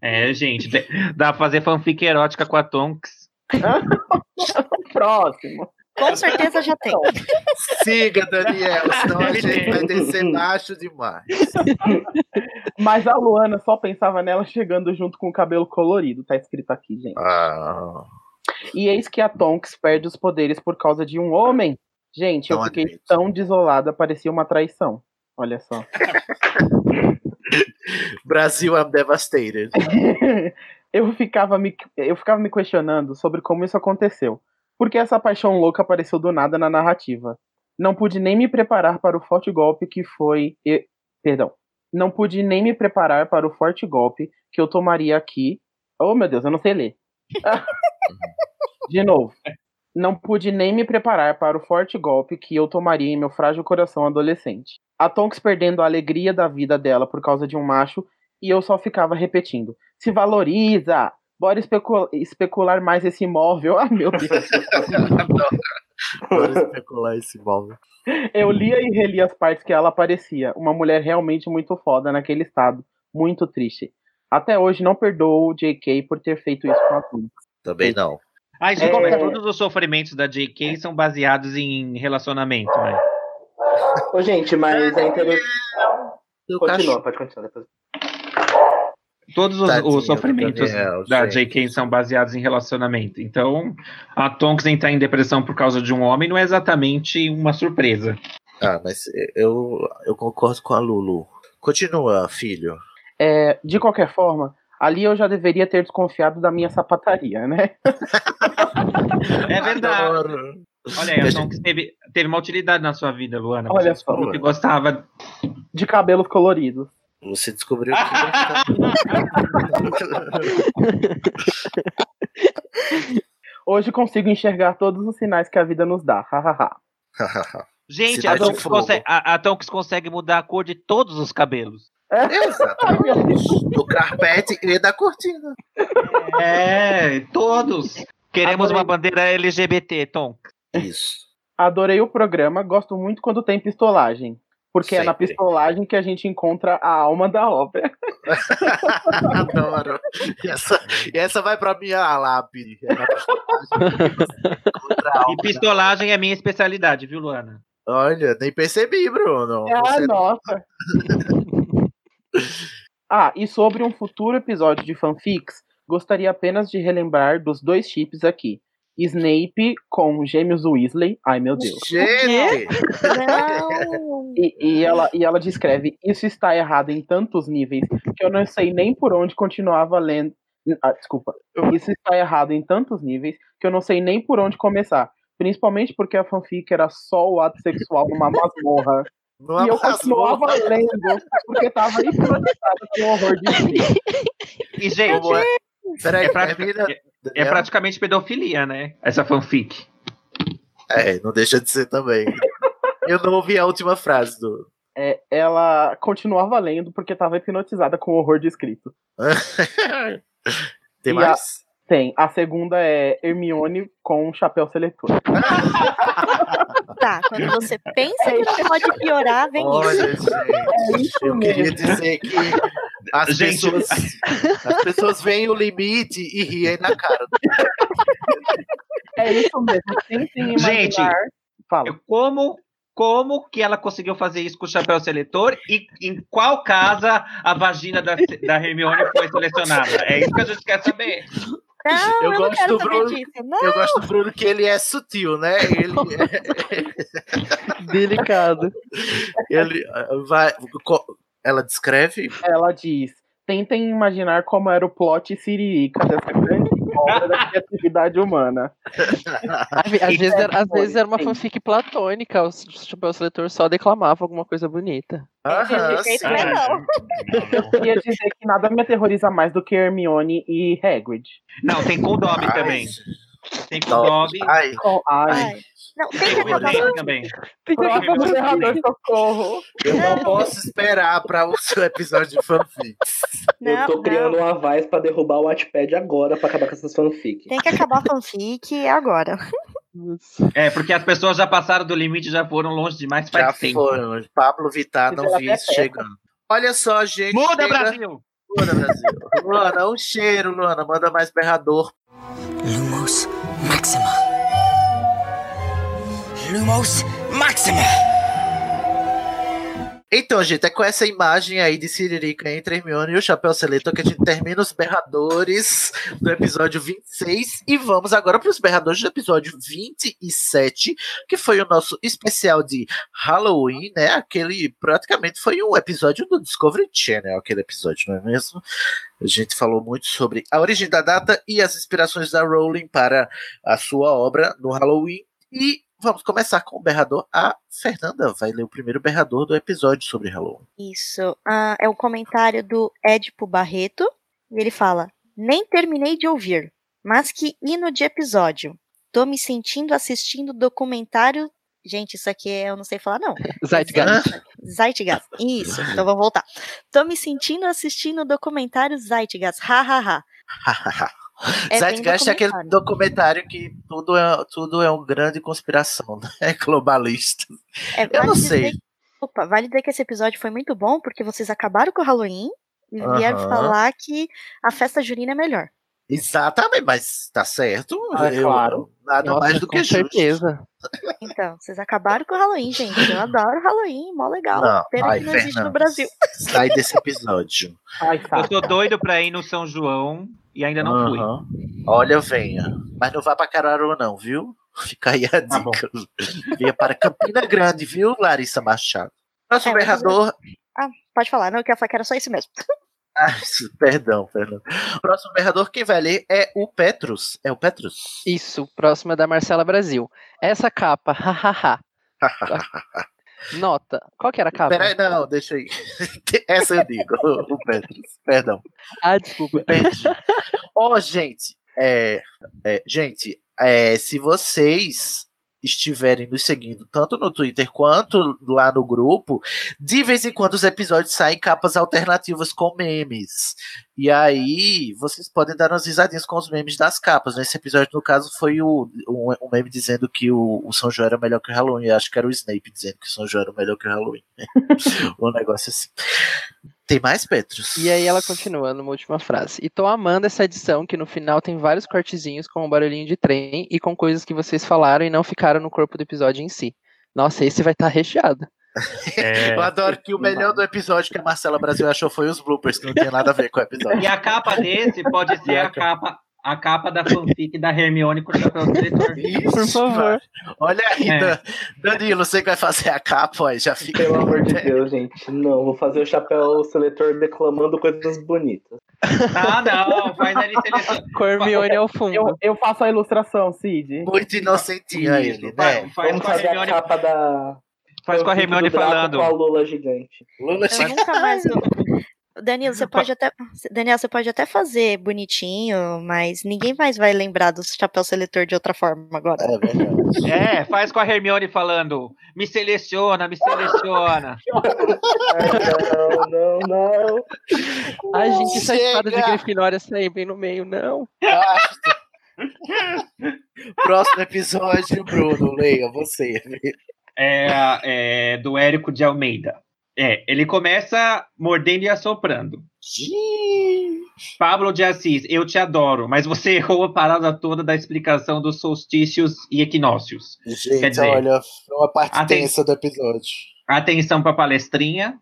F: É, gente, de- dá pra fazer fanfic erótica com a Tonks.
B: Próximo.
A: Ah!
D: Com certeza já tem.
A: Siga, Daniel, senão a gente vai descer baixo demais.
B: Mas a Luana só pensava nela chegando junto com o cabelo colorido, tá escrito aqui, gente.
A: Ah.
B: E eis que a Tonks perde os poderes por causa de um homem. Gente, eu
A: Não
B: fiquei tão desolada, parecia uma traição. Olha só.
A: Brasil, I'm devastated.
B: eu, ficava me, eu ficava me questionando sobre como isso aconteceu. Porque essa paixão louca apareceu do nada na narrativa. Não pude nem me preparar para o forte golpe que foi. e- perdão. Não pude nem me preparar para o forte golpe que eu tomaria aqui. Oh, meu Deus, eu não sei ler. De novo. Não pude nem me preparar para o forte golpe que eu tomaria em meu frágil coração adolescente. A Tonks perdendo a alegria da vida dela por causa de um macho, e eu só ficava repetindo: se valoriza! Bora especul- especular mais esse imóvel. Ah, meu Deus.
A: Bora especular esse móvel.
B: Eu lia e relia as partes que ela aparecia. Uma mulher realmente muito foda naquele estado. Muito triste. Até hoje não perdoo o JK por ter feito isso com a Tonks.
A: Também não.
F: Ai, gente,
B: É.
F: como todos os sofrimentos da JK são baseados em relacionamento, né?
C: Ô, gente, mas é interessante. Continua,
F: cachorro.
C: pode continuar depois.
F: Todos os,
C: Tadinho
F: os sofrimentos
C: do Daniel,
F: da
C: gente.
F: JK são baseados em relacionamento. Então, a Tonks entrar em depressão por causa de um homem não é exatamente uma surpresa.
A: Ah, mas eu, eu concordo com a Lulu. Continua, filho.
B: É, de qualquer forma, ali eu já deveria ter desconfiado da minha sapataria, né?
F: É verdade. Olha aí, então. a Tonks teve, teve uma utilidade na sua vida, Luana.
B: Olha
F: Você
B: só.
F: falou que gostava.
B: De cabelos coloridos.
A: Você descobriu
B: Hoje consigo enxergar todos os sinais que a vida nos dá. Hahaha.
A: tá
F: Gente, a
B: Cidade de
F: Tonks,
B: Fogo.
F: consegue, a- a Tonks consegue mudar a cor de todos os cabelos.
A: Exatamente. Do carpete e da cortina.
F: É, todos. Queremos uma bandeira LGBT, Tom.
A: Isso.
B: Adorei o programa, gosto muito quando tem pistolagem. Porque é na
F: Sempre.
B: pistolagem que a gente encontra a alma da obra.
A: Adoro. E essa, e essa vai pra minha lápide. É na
F: E pistolagem é minha especialidade, viu, Luana?
A: Olha, nem percebi, Bruno.
B: Ah,
A: Você- tá-
B: nossa. ah, e sobre um futuro episódio de fanfics, gostaria apenas de relembrar dos dois chips aqui. Snape com Gêmeos Weasley. Ai, meu Deus.
A: Gente!
B: E, e ela, e ela descreve: Isso está errado em tantos níveis que eu não sei nem por onde continuava lendo. Ah, desculpa. Isso está errado em tantos níveis que eu não sei nem por onde começar. Principalmente porque a fanfic era só o ato sexual numa masmorra.
A: Numa
B: e eu
A: masmorra.
B: continuava lendo porque tava hipnotizado com o horror de si.
F: E, gente,
B: Como é?
A: Peraí,
F: é, pratica-
A: termina,
F: é- é praticamente pedofilia, né? Essa fanfic.
A: É, não deixa de ser também. Eu não ouvi a última frase do.
B: É, ela continuava lendo porque tava hipnotizada com o horror de escrito.
A: Tem
B: E
A: mais?
B: A, tem. A segunda é Hermione com um chapéu seletor.
D: Tá, quando você pensa que não pode piorar, vem
A: Olha,
D: isso.
A: gente, eu queria dizer que as,
F: Gente-
A: pessoas, as pessoas veem o limite e riem na cara.
B: É isso mesmo. Tentem
F: Gente,
B: imaginar.
F: eu- como, como que ela conseguiu fazer isso com o chapéu seletor e em qual casa a vagina da, da Hermione foi selecionada? É isso que a gente quer saber.
D: Não, eu,
A: eu
D: não
A: gosto
D: quero
A: do
D: saber
A: Bruno.
D: disso. Não.
A: Eu gosto do Bruno que ele é sutil, né? Ele
E: Delicado.
A: Ele uh, vai. co- Ela descreve.
B: Ela diz: tentem imaginar como era o plot siririca dessa grande obra da criatividade humana.
E: Às vezes, era, às
B: Foi,
E: vezes era uma
B: sim.
E: fanfic platônica, o s- tipo, o seletor só declamava alguma coisa bonita.
B: Aham, sim.
A: É,
B: Eu queria é dizer que nada me aterroriza mais do que Hermione e Hagrid.
F: Não, tem com o Dobby
B: Ai,
F: também. Tem com o Dobby.
B: Com- ai.
D: Não,
F: Tem com o Hermione também.
B: Próximo
F: Tem que acabar
B: narrador, socorro.
A: Eu não posso esperar para o seu episódio de fanfic.
D: Não,
C: eu tô
D: não.
C: criando uma voz pra derrubar o Wattpad agora pra acabar com essas fanfic.
D: Tem que acabar a fanfic agora.
F: É, porque as pessoas já passaram do limite, já foram longe demais faz
A: Já
F: tempo.
A: foram. Pablo Vittar não
F: Fizeram
A: vi
D: é
F: até
A: isso
F: festa.
A: chegando. Olha só, gente.
F: Muda,
A: chega-
F: Brasil!
A: Luana, Brasil. Luana, um cheiro, Luana. Manda mais berrador.
J: Lumos Maxima. Lumos Maxima.
A: Então, gente, é com essa imagem aí de Siririca entre Hermione e o Chapéu Seletor que a gente termina os berradores do episódio 26 e vamos agora para os berradores do episódio 27, que foi o nosso especial de Halloween, né? Aquele praticamente foi um episódio do Discovery Channel, aquele episódio, não é mesmo? A gente falou muito sobre a origem da data e as inspirações da Rowling para a sua obra no Halloween e Vamos começar com o berrador. A Fernanda vai ler o primeiro berrador do episódio sobre Halloween.
D: Isso. ah, é um comentário do Édipo Barreto. E ele fala: Nem terminei de ouvir, mas que hino de episódio. Tô me sentindo assistindo documentário. Gente, isso aqui eu não sei falar, não. Ah,
E: Zeitgeist.
D: Zeitgeist. Isso, então vamos voltar. Tô me sentindo assistindo o documentário Zeitgeist. Ha, ha, ha. É bem
A: Zeitgeist é aquele documentário que tudo é, tudo é uma grande conspiração, né? Globalista.
D: É,
A: Eu não
D: dizer
A: sei.
D: que- opa, vale dizer que esse episódio foi muito bom, porque vocês acabaram com o Halloween e vieram
A: Aham.
D: falar que a festa junina é melhor.
A: Exatamente, mas tá certo.
E: Ah, é claro.
A: Nada
E: Nossa,
A: mais do que
E: com
A: justo.
E: certeza.
D: Então, vocês acabaram com o Halloween, gente. Eu adoro Halloween, mó legal.
A: Não,
D: Pena
A: ai,
D: que não existe no
A: Fernanda,
D: Brasil.
A: Sai desse episódio.
B: tá.
F: Eu tô doido pra ir no São João e ainda não fui.
A: Aham. Olha, venha. Mas não vá pra Caruaru, não, viu? Fica aí a
E: Tá
A: dica. Venha para Campina Grande, viu, Larissa Machado? Próximo
D: É, mas-
A: berrador.
D: Ah, pode falar, não, eu quero falar que era só isso mesmo.
A: Ah, perdão, perdão. Próximo berrador, quem vai ler é o Petrus. É o Petrus?
E: Isso, próxima da Marcela Brasil. Essa capa, hahaha. Nota. Qual que era a capa?
A: Peraí, não, deixa aí. Essa eu digo, o Petrus. Perdão.
E: Ah, desculpa.
A: Ó, gente, é, é, gente, é, se vocês estiverem nos seguindo tanto no Twitter quanto lá no grupo, de vez em quando os episódios saem capas alternativas com memes. E aí vocês podem dar umas risadinhas com os memes das capas. Nesse episódio, no caso, foi o, um, um meme dizendo que o, o São João era melhor que o Halloween. Eu acho que era o Snape dizendo que o São João era melhor que o Halloween. um negócio assim. Tem mais, Petros?
E: E aí ela continua numa última frase. E tô amando essa edição que no final tem vários cortezinhos com um barulhinho de trem e com coisas que vocês falaram e não ficaram no corpo do episódio em si. Nossa, esse vai estar recheado.
F: É.
A: Eu adoro que o melhor do episódio que a Marcela Brasil achou foi os bloopers, que não tem nada a ver com o episódio.
F: E a capa desse pode ser a capa, a capa da fanfic da Hermione com o chapéu de diretor.
A: Por favor. Olha aí,
F: É.
A: Dan- Danilo, você que vai fazer a capa, aí já fica.
C: Pelo amor de Deus, gente. Não, vou fazer o chapéu seletor declamando coisas bonitas.
F: Ah, não, faz ali seleção.
E: Cormione ao fundo.
B: Eu, eu faço a ilustração, Cid.
A: Muito inocentinho ele, né?
C: Vamos fazer a capa da.
F: Faz com a
C: fanfic do
F: Hermione
C: Draco
F: falando.
C: Com a Lula gigante.
A: Lula
D: Eu nunca mais. Danilo, você pode até. Daniel, você pode até fazer bonitinho, mas ninguém mais vai lembrar do chapéu seletor de outra forma agora.
A: É verdade.
F: É, faz com a Hermione falando: me seleciona, me seleciona.
C: Não, não, não.
E: Ai, gente, essa
A: Chega!
E: espada de Grifinória sair bem no meio, não.
A: Próximo episódio, Bruno, leia você.
F: É, é, do Érico de Almeida. É, ele começa mordendo e assoprando. Pablo de Assis, eu te adoro, mas você errou a parada toda da explicação dos solstícios e equinócios. Quer
A: Gente,
F: dizer, ah,
A: olha,
C: é
A: foi uma parte
F: aten-
A: tensa do episódio.
F: Atenção para a palestrinha.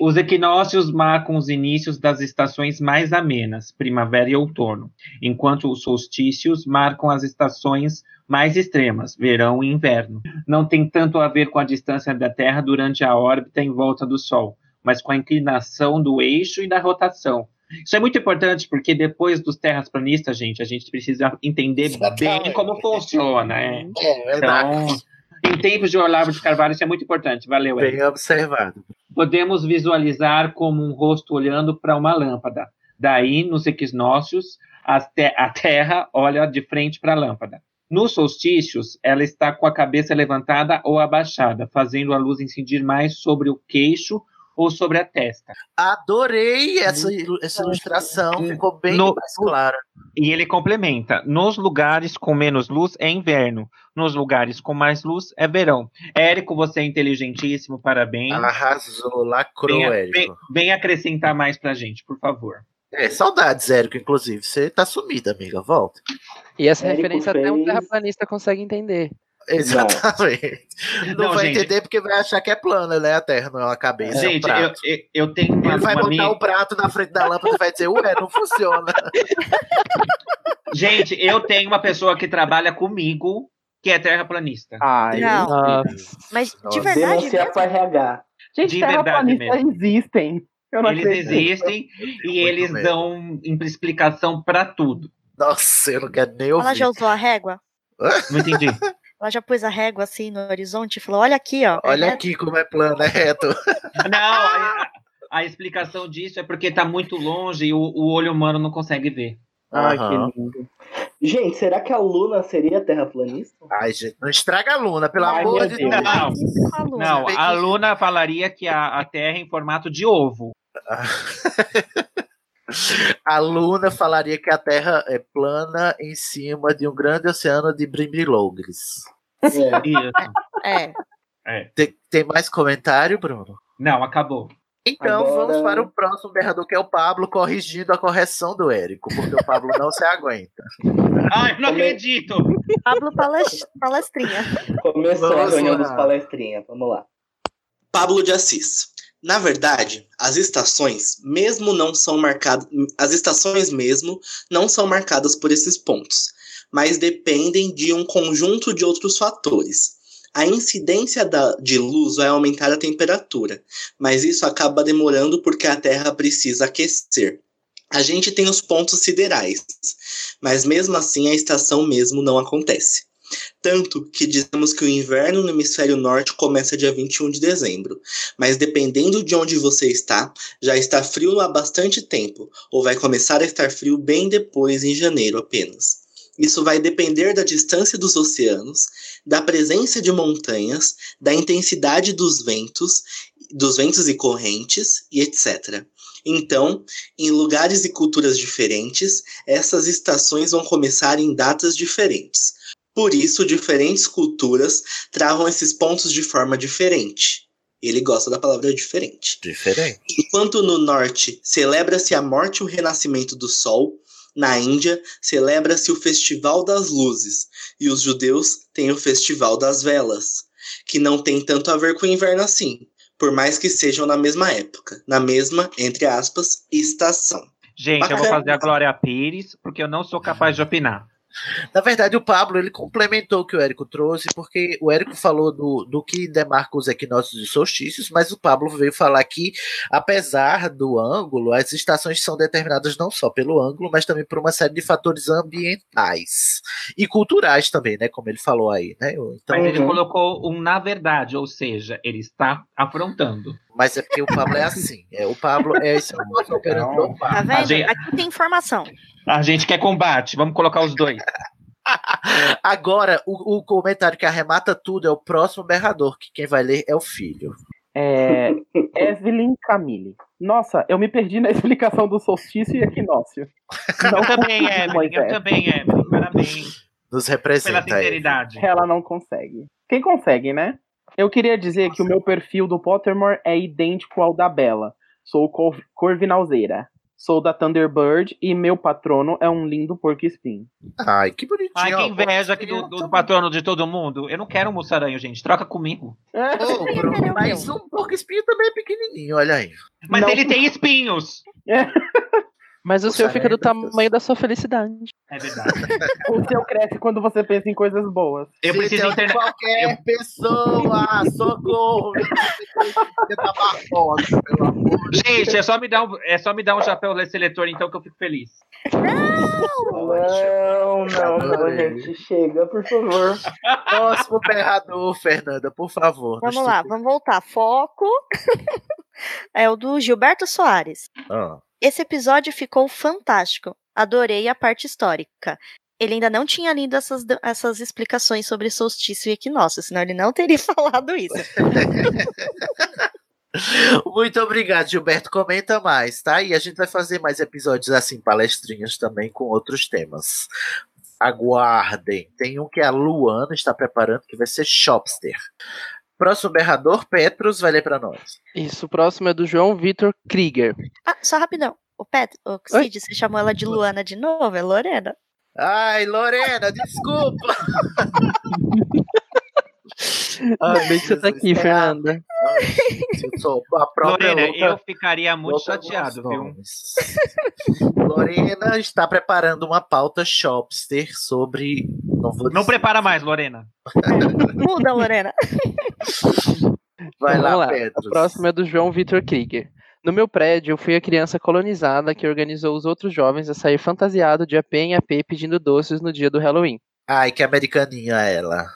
F: Os equinócios marcam os inícios das estações mais amenas, primavera e outono, enquanto os solstícios marcam as estações mais extremas, verão e inverno. Não tem tanto a ver com a distância da Terra durante a órbita em volta do Sol, mas com a inclinação do eixo e da rotação. Isso é muito importante porque depois dos terrasplanistas, gente, a gente precisa entender bem como funciona. É.
A: É verdade.
F: Em tempos de Olavo de Carvalho, isso é muito importante. Valeu, Eric
A: Bem observado.
F: podemos visualizar como um rosto olhando para uma lâmpada. Daí, nos equinócios, a, te- a Terra olha de frente para a lâmpada. Nos solstícios, ela está com a cabeça levantada ou abaixada, fazendo a luz incidir mais sobre o queixo ou sobre a testa.
A: Adorei essa, ilu- essa ilustração, ficou bem
F: No-
A: mais clara.
F: E ele complementa: nos lugares com menos luz é inverno, nos lugares com mais luz é verão. Érico, você é inteligentíssimo, parabéns.
A: Ah, Arrasou, lacrou,
F: Venha-
A: Érico.
F: Vem, vem acrescentar mais pra gente, por favor.
A: É, saudades, Érico, inclusive. Você tá sumida, amiga. Volta.
E: E essa
A: Érico
E: referência até um
A: fez-
E: terraplanista consegue entender.
A: Exatamente. Não,
E: Não,
A: vai
E: gente.
A: entender porque vai achar que é plana, né? A Terra não é uma cabeça. é um
F: gente, eu,
A: prato.
F: eu- eu tenho uma,
A: Ele vai
F: uma
A: botar
F: amiga-
A: o prato na frente da lâmpada e vai dizer, ué, não funciona.
F: Gente, eu tenho uma pessoa que trabalha comigo que é terraplanista.
A: Ah,
B: Ai,
D: Não.
E: Ah,
D: Mas de verdade
A: é
C: Denunciar
D: mesmo?
C: pro RH.
B: Gente,
F: De verdade
B: terraplanistas
F: mesmo.
B: existem. Eu não
F: Eles
B: acredito.
F: existem e eles
A: medo.
F: dão explicação pra tudo.
A: Nossa, eu não quero nem
D: Ela já usou a régua?
F: Não entendi.
D: Ela já pôs a régua assim no horizonte e falou: olha aqui, ó.
A: Olha aqui como é plano, é reto.
F: Não, a, a- a explicação disso é porque tá muito longe e o, o olho humano não consegue ver.
B: Ai,
A: Aham.
B: que lindo.
C: Gente, será que a Luna seria terraplanista?
A: Ai, gente, não estraga a Luna, pelo
C: Ai,
A: amor
C: meu
A: de
C: Deus.
A: Deus.
F: Não,
D: Luna.
F: não
A: Você vê
F: a
A: que-
F: Luna falaria que a, a Terra é em formato de ovo.
A: A Luna falaria que a Terra é plana em cima de um grande oceano de brimbrilogres.
D: É.
A: Tem, tem mais comentário, Bruno?
F: Não, acabou.
A: Então
F: Agora-
A: vamos para o próximo berrador, que é o Pablo corrigindo a correção do Érico, porque o Pablo não se aguenta.
F: Ai, não acredito!
D: Pablo palas- palestrinha.
C: Começou a
A: Vamos
C: reunião
A: lá.
C: dos palestrinhas, vamos lá.
I: Pablo de Assis. Na verdade, as estações mesmo não são marcadas, as estações mesmo não são marcadas por esses pontos, mas dependem de um conjunto de outros fatores. A incidência da- de luz vai aumentar a temperatura, mas isso acaba demorando porque a Terra precisa aquecer. A gente tem os pontos siderais, mas mesmo assim a estação mesmo não acontece. Tanto que dizemos que o inverno no hemisfério norte começa dia 21 de dezembro, mas dependendo de onde você está, já está frio há bastante tempo, ou vai começar a estar frio bem depois, em janeiro apenas. Isso vai depender da distância dos oceanos, da presença de montanhas, da intensidade dos ventos, dos ventos e correntes e etc. Então, em lugares e culturas diferentes, essas estações vão começar em datas diferentes. Por isso, diferentes culturas travam esses pontos de forma diferente. Ele gosta da palavra diferente.
A: Diferente.
I: Enquanto no norte celebra-se a morte e o renascimento do sol, na Índia celebra-se o Festival das Luzes e os judeus têm o Festival das Velas, que não tem tanto a ver com o inverno assim, por mais que sejam na mesma época, na mesma, entre aspas, estação.
F: Gente, eu vou
I: Bacana.
F: fazer a Glória Pires, porque eu não sou capaz de opinar.
A: Na verdade, o Pablo ele complementou o que o Érico trouxe, porque o Érico falou do, do que demarca os equinócios e solstícios, mas o Pablo veio falar que, apesar do ângulo, as estações são determinadas não só pelo ângulo, mas também por uma série de fatores ambientais e culturais também, né? Como ele falou aí, né? Então,
F: Mas ele colocou um na verdade, ou seja, ele está afrontando.
A: Mas é porque o Pablo é assim. É, o Pablo é esse é o nosso operador.
D: Tá
F: A
D: vendo?
F: gente-
D: Aqui tem informação.
F: A gente quer combate, vamos colocar os dois.
A: Agora, o, o comentário que arremata tudo é o próximo berrador, que quem vai ler é o filho.
B: É, Evelyn Camille. Nossa, eu me perdi na explicação do solstício e equinócio. Não
F: eu também,
B: consigo,
F: Evelyn, eu
B: Moisés.
F: também, Evelyn. Parabéns
A: Nos
F: pela
A: representa. tá aí.
F: sinceridade.
B: Ela não consegue. Quem consegue, né? Eu queria dizer que o meu perfil do Pottermore é idêntico ao da Bela. Sou cor- corvinalzeira. Sou da Thunderbird e meu patrono é um lindo porco espinho.
A: Ai, que bonitinho.
F: Ai, que inveja aqui do, do patrono de todo mundo. Eu não quero um moçaranho, gente. Troca comigo.
A: Ô, Bruno, mas um porco espinho também é pequenininho, olha aí.
F: Mas ele tem espinhos.
E: Mas o seu
A: Nossa,
E: fica do
A: né, meu
E: tamanho da sua felicidade.
F: É verdade.
B: O seu cresce quando você pensa em coisas boas.
F: Eu
A: Gente,
F: preciso
A: é
F: interna-
A: Qualquer pessoa, socorro. me tira da Barbosa, pelo amor de
F: Gente, é só me dar um, é só me dar um chapéu desse seletor, então, que eu fico feliz.
C: Não, Oh, não, não,
A: Adorei.
C: gente. Chega, por favor.
A: Próximo berrador, Fernanda, por favor.
D: Vamos
A: nos
D: lá, vamos voltar. Foco. é o do Gilberto Soares.
A: Ah.
D: Esse episódio ficou fantástico. Adorei a parte histórica. Ele ainda não tinha lido essas, essas explicações sobre solstício e equinócio, senão ele não teria falado isso.
A: Muito obrigado, Gilberto. Comenta mais, tá? E a gente vai fazer mais episódios assim, palestrinhas também com outros temas. Aguardem. Tem um que a Luana está preparando, que vai ser Shopster. Próximo berrador, Petros, vai ler para nós.
E: Isso, o próximo é do João Vitor Krieger.
D: Ah, só rapidão. O Petro, o Cid, você chamou ela de Luana de novo? É Lorena.
A: Ai, Lorena, desculpa!
E: Ah, bem que você tá aqui, Fernanda.
A: Eu sou a própria
F: Lorena,
A: louca-
F: eu ficaria muito
A: louca dos
F: chateado, viu?
A: nomes. Lorena está preparando uma pauta Shopster sobre. Não, vou
F: Não prepara mais, Lorena.
D: Muda, Lorena.
A: Vai
E: Então,
A: lá,
E: vamos
A: Petros.
E: A próxima é do João Vitor Krieger. No meu prédio, eu fui a criança colonizada que organizou os outros jovens a sair fantasiado de AP em AP pedindo doces no dia do Halloween.
A: Ai, que americaninha ela.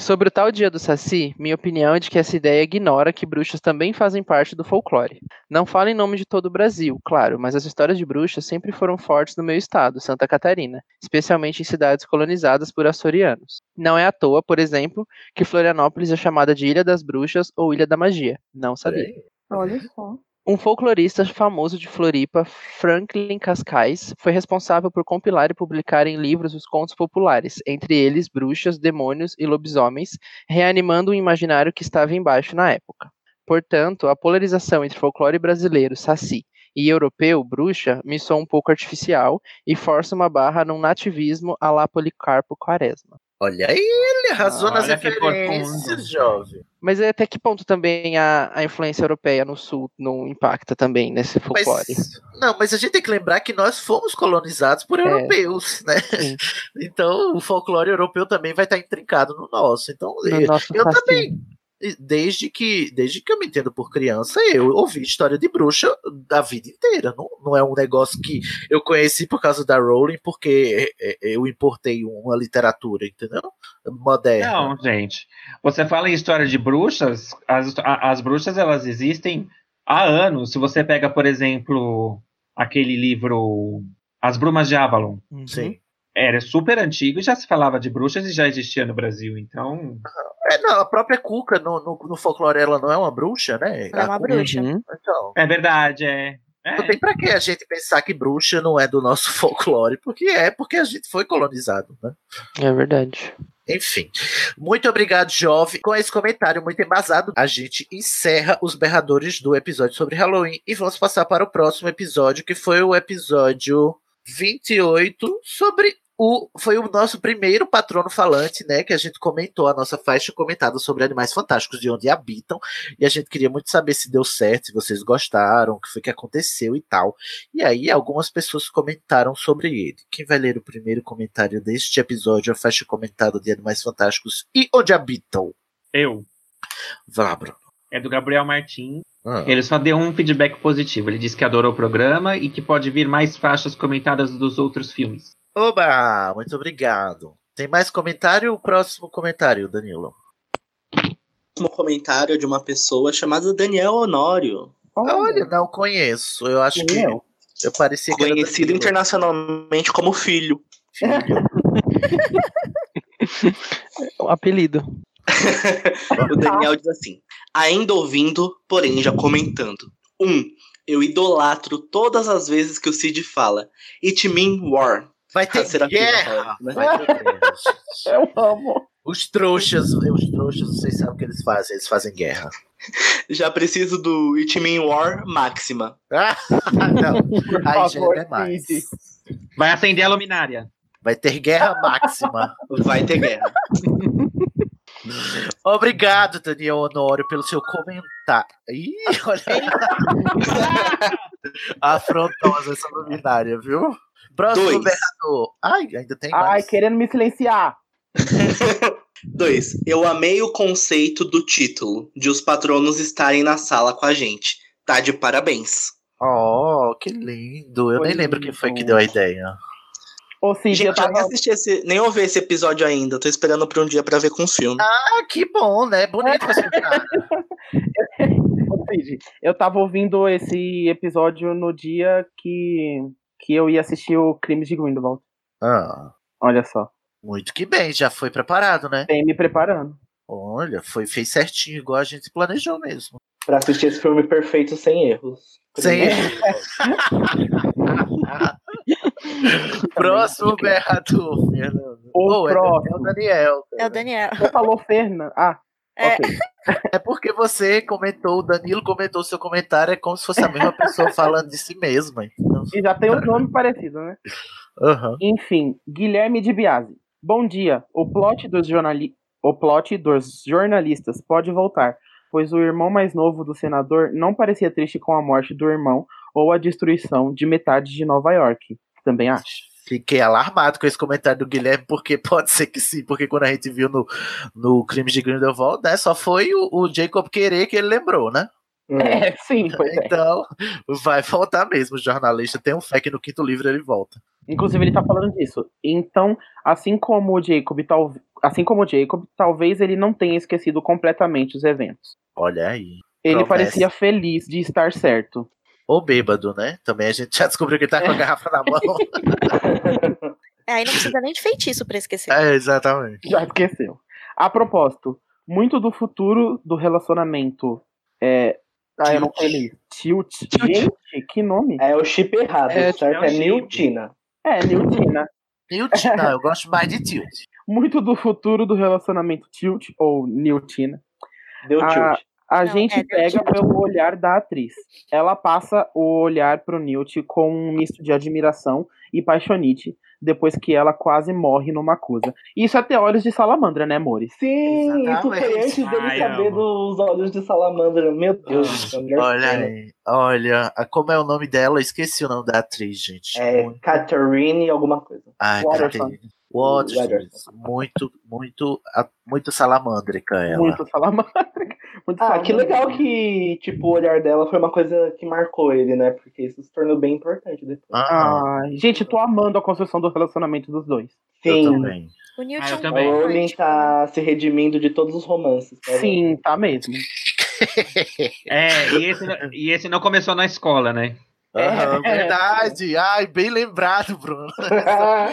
E: Sobre o tal dia do Saci, minha opinião é de que essa ideia ignora que bruxas também fazem parte do folclore. Não falo em nome de todo o Brasil, claro, mas as histórias de bruxas sempre foram fortes no meu estado, Santa Catarina, especialmente em cidades colonizadas por açorianos. Não é à toa, por exemplo, que Florianópolis é chamada de Ilha das Bruxas ou Ilha da Magia. Não sabia.
D: Olha só.
E: Um folclorista famoso de Floripa, Franklin Cascais, foi responsável por compilar e publicar em livros os contos populares, entre eles bruxas, demônios e lobisomens, reanimando o imaginário que estava embaixo na época. Portanto, a polarização entre folclore brasileiro, saci, e europeu, bruxa, me soa um pouco artificial e força uma barra num nativismo a lá Policarpo Quaresma.
A: Olha aí, ele arrasou nas
E: Olha que profundo.
A: referências, jovem.
E: Mas é até que ponto também a, a influência europeia no sul não impacta também nesse
A: Mas-
E: folclore?
A: Não, mas a gente tem que lembrar que nós fomos colonizados
E: É.
A: por europeus, né? Então o folclore europeu também vai estar intrincado no nosso. Então eu,
E: nosso
F: Tá
A: eu
E: fascínio.
A: também, desde que desde que eu me entendo por criança, eu ouvi história de bruxa da vida inteira. Não, não é um negócio que eu conheci por causa da Rowling, porque é, é, eu importei uma literatura, entendeu? Moderna.
F: Não, gente. Você fala em história de bruxas, as, a- as bruxas elas existem há anos. Se você pega, por exemplo, aquele livro As Brumas de Avalon, uhum.
A: Sim.
F: era super antigo e já se falava de bruxas e já existia no Brasil. Então,
A: É, não, a própria Cuca no, no, no folclore ela não é uma bruxa, né?
F: Ela é
A: A
F: uma
A: Cuca-
F: bruxa.
E: Uhum.
A: Então,
F: é verdade, é.
A: Não tem pra que a gente pensar que bruxa não é do nosso folclore, porque é, porque a gente foi colonizado, né?
E: É verdade.
A: Enfim. Muito obrigado, jovem. Com esse comentário muito embasado, a gente encerra os berradores do episódio sobre Halloween e vamos passar para o próximo episódio, que foi o episódio 28 sobre o foi o nosso primeiro patrono falante, né, que a gente comentou a nossa faixa comentada sobre animais fantásticos e onde habitam, e a gente queria muito saber se deu certo, se vocês gostaram, o que foi que aconteceu e tal. E aí algumas pessoas comentaram sobre ele. Quem vai ler o primeiro comentário deste episódio, é a faixa comentada de Animais Fantásticos e Onde Habitam?
F: Eu.
A: Vai lá, Bruno.
F: É do Gabriel Martins.
A: Ah.
F: Ele só deu um feedback positivo. Ele disse que adorou o programa e que pode vir mais faixas comentadas dos outros filmes.
A: Oba, muito obrigado. Tem mais comentário? O próximo comentário, Danilo.
I: Um comentário de uma pessoa chamada Daniel Honório.
A: Olha, não conheço. Eu acho que
I: Não.
A: eu parecia que era
I: É Conhecido
A: Danilo.
I: internacionalmente como filho.
E: É O apelido.
I: O Daniel diz assim: ainda ouvindo, porém já comentando. Um, eu idolatro todas as vezes que o Cid fala. It mean war.
A: Vai ter guerra. Vai ter guerra.
C: Eu amo.
A: Os trouxas, os trouxas, vocês sabem o que eles fazem, eles fazem guerra.
I: Já preciso do It mean war máxima.
A: não. Aí já é demais.
F: Vai acender a luminária.
A: Vai ter guerra máxima.
I: Vai ter guerra.
A: Obrigado, Daniel Honório, pelo seu comentário. Ih, olha aí. Afrontosa essa luminária, viu? Próximo
I: Dois.
A: vereador. Ai, ainda tem
B: Ai,
A: mais.
B: querendo me silenciar.
I: Dois, eu amei o conceito do título, de os patronos estarem na sala com a gente. Tá de parabéns.
A: Oh, que lindo. Eu nem lembro quem foi que deu a ideia.
B: Ô, Cid,
I: Gente,
B: eu tava-
I: eu nem assisti esse, nem ouvi esse episódio ainda. Tô esperando pra um dia pra ver com o filme.
A: Ah, que bom, né? Bonito esse cara.
B: Ô, Cid, eu tava ouvindo esse episódio no dia que, que eu ia assistir o Crimes de Grindelwald.
A: Ah,
B: Olha só.
A: muito que bem, já foi preparado, né?
B: Vem me preparando.
A: Olha, foi, fez certinho, igual a gente planejou mesmo.
C: Pra assistir esse filme perfeito sem erros.
A: Sem erros. Próximo berrador, Fernando.
B: O
A: Ou é-
B: próximo.
A: É o Daniel.
D: É o Daniel.
B: Você falou Fernando. Ah,
D: É.
B: ok.
A: É porque você comentou, o Danilo comentou seu comentário, é como se fosse a mesma pessoa falando de si mesma. Então,
B: E já tem um nome parecido, né? Enfim, Guilherme de Biasi. Bom dia. O plot, dos jornali... o plot dos jornalistas pode voltar, pois o irmão mais novo do senador não parecia triste com a morte do irmão ou a destruição de metade de Nova York. Também acho.
A: Fiquei alarmado com esse comentário do Guilherme, porque pode ser que sim, porque quando a gente viu no, no Crimes de Grindelwald, né, só foi o, o Jacob querer que ele lembrou, né?
B: É, sim, pois é.
A: Então, vai voltar mesmo. O jornalista tem um fé que no quinto livro ele volta.
B: Inclusive, ele tá falando disso. Então, assim como o Jacob, tal... assim como o Jacob, talvez ele não tenha esquecido completamente os eventos.
A: Olha aí.
B: Ele
A: Promessa.
B: parecia feliz de estar certo.
A: Ou bêbado, né? Também a gente já descobriu que ele tá com a garrafa na mão.
D: É, Aí não precisa nem de feitiço pra esquecer.
A: É, exatamente.
B: Já esqueceu. A propósito, muito do futuro do relacionamento é. Ah, eu não falei. Tilt. Gente, que nome.
C: É o chip errado,
B: É,
C: certo?
B: é o
C: É
B: chip.
C: Niltina.
B: É, Niltina.
A: Niltina, eu gosto mais de Tilt.
B: Muito do futuro do relacionamento Tilt ou Niltina.
C: Deu
B: A,
C: tilt.
B: a
C: é,
B: gente pega pelo olhar da atriz. Ela passa o olhar pro Newt com um misto de admiração e paixonite depois que ela quase morre numa acusa. Isso é teórios de salamandra, né, Mores?
C: Sim, isso
A: Exatamente.
C: foi antes dele
A: Ai,
C: saber dos olhos de salamandra. Meu Deus, isso é a melhor
A: Olha
C: cena.
A: aí. Olha, a- como é o nome dela? Eu Esqueci o nome da atriz, gente.
C: É Catherine alguma coisa.
A: Ai,
C: Waterson.
A: Catherine. Waters,
C: Waterson.
A: muito, muito, a- muito salamandrica ela.
B: Muito salamandra. Muito
C: Ah, que
B: salamandra.
C: legal que, tipo, o olhar dela foi uma coisa que marcou ele, né? Porque isso se tornou bem importante depois.
A: Ah,
B: Ai, gente, tô amando a construção do relacionamento dos dois.
C: Sim.
D: O Newt
C: Ah,
D: é
C: eu
D: um
C: também. O Rowling tá se redimindo de todos os romances.
I: É.
C: tá vendo?
B: Sim, tá mesmo.
F: É, e esse, não- e esse não começou na escola, né?
A: Aham,
F: É.
A: verdade. Ai, bem lembrado, Bruno.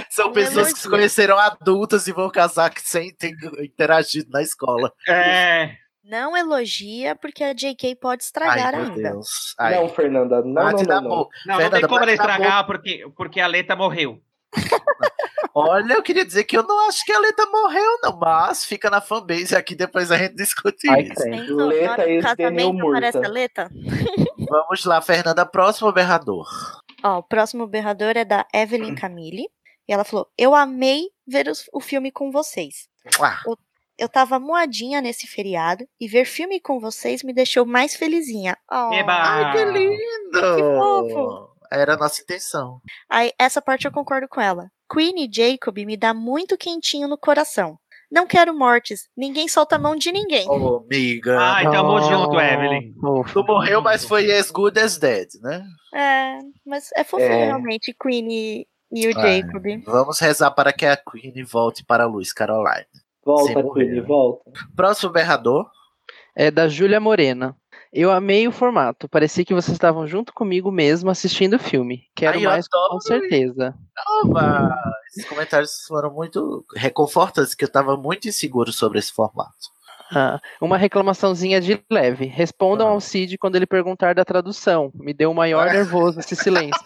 A: São
F: Lembro
A: pessoas que
F: disso.
A: se conheceram adultas e vão casar que sem ter interagido na escola.
F: É.
D: Não elogia, porque a JK pode estragar
A: Ai, meu
D: ainda.
A: Deus. Ai.
C: Não, Fernanda, não,
A: Ah,
C: não, não, não.
F: Não, não tem como ela estragar porque, porque a Leta morreu.
A: Olha, eu queria dizer que eu não acho que a Leta morreu, não, mas fica na fanbase aqui, depois a gente discute
B: Ai,
A: isso.
B: credo.
D: Então, na hora
C: Leta
D: do
C: e Daniel
D: casamento
C: Murta.
D: aparece a Leta?
A: Vamos lá, Fernanda, próximo berrador.
D: Ó, o próximo berrador é da Evelyn
C: Hum.
D: Camille. E ela falou: Eu amei ver os- o filme com vocês.
A: Uá.
D: Eu, eu tava moadinha nesse feriado e ver filme com vocês me deixou mais felizinha. Ó.
F: Eba!
A: Ai, que
D: Que
A: lindo!
D: fofo.
A: Era a nossa intenção.
D: Aí, essa parte eu concordo com ela. Queen e Jacob me dá muito quentinho no coração. Não quero mortes. Ninguém solta a mão de ninguém.
A: Ô, amiga.
F: Ai, tamo junto,
E: Ah,
F: Evelyn.
A: Tu morreu, mas foi as good as dead, né?
D: É, mas é fofinho
A: É.
D: realmente, Queen e,
C: É.
D: e o
A: Ah,
D: Jacob.
A: Vamos rezar para que a Queen volte para a luz, Caroline. Sem
C: Volta,
A: morrer,
C: Queen,
A: né?
C: volta.
A: Próximo berrador.
E: É da Júlia Morena. Eu amei o formato. Parecia que vocês estavam junto comigo mesmo assistindo o filme. Quero
A: Ai, eu
E: mais,
A: adoro
E: com certeza.
A: Oba! Esses comentários foram muito reconfortantes, que eu estava muito inseguro sobre esse formato.
E: Ah, uma reclamaçãozinha de leve. Respondam ao Cid quando ele perguntar da tradução. Me deu o maior nervoso esse silêncio.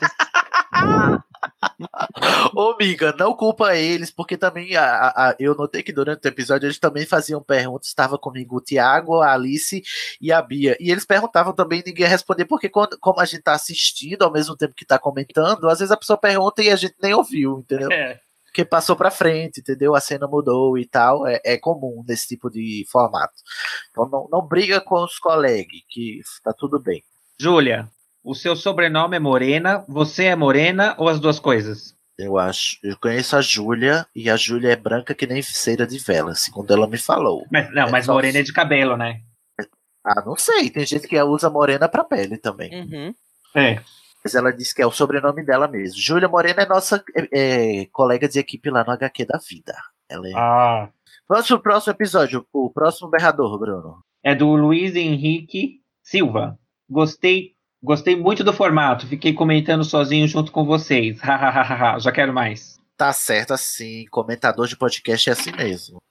A: Ô, amiga, não culpa eles, porque também a- a- a- eu notei que durante o episódio eles também faziam perguntas. Estava comigo o Tiago, a Alice e a Bia. E eles perguntavam também e ninguém ia responder, porque quando, como a gente está assistindo ao mesmo tempo que está comentando, às vezes a pessoa pergunta e a gente nem ouviu, entendeu?
F: É.
A: Porque passou pra frente, entendeu? A cena mudou e tal. É, é comum nesse tipo de formato. Então não, não briga com os colegas, que tá tudo bem.
F: Júlia, o seu sobrenome é Morena, você é Morena ou as duas coisas?
A: Eu acho. Eu conheço a Júlia e a Júlia é branca que nem cera de vela, segundo ela me falou.
F: Mas, não, mas
A: só-
F: Morena é de cabelo, né?
A: Ah, não sei. Tem gente que usa morena pra pele
E: Hum.
A: também.
F: É.
A: Mas ela disse que é o sobrenome dela mesmo. Júlia Morena é nossa é, é, colega de equipe lá no HQ da Vida. Ela é...
F: Ah.
A: Vamos pro próximo episódio, o próximo berrador, Bruno.
F: É do Luiz Henrique Silva. Gostei, gostei muito do formato. Fiquei comentando sozinho junto com vocês. Hahaha, já quero mais.
A: Tá certo assim, comentador de podcast é assim mesmo.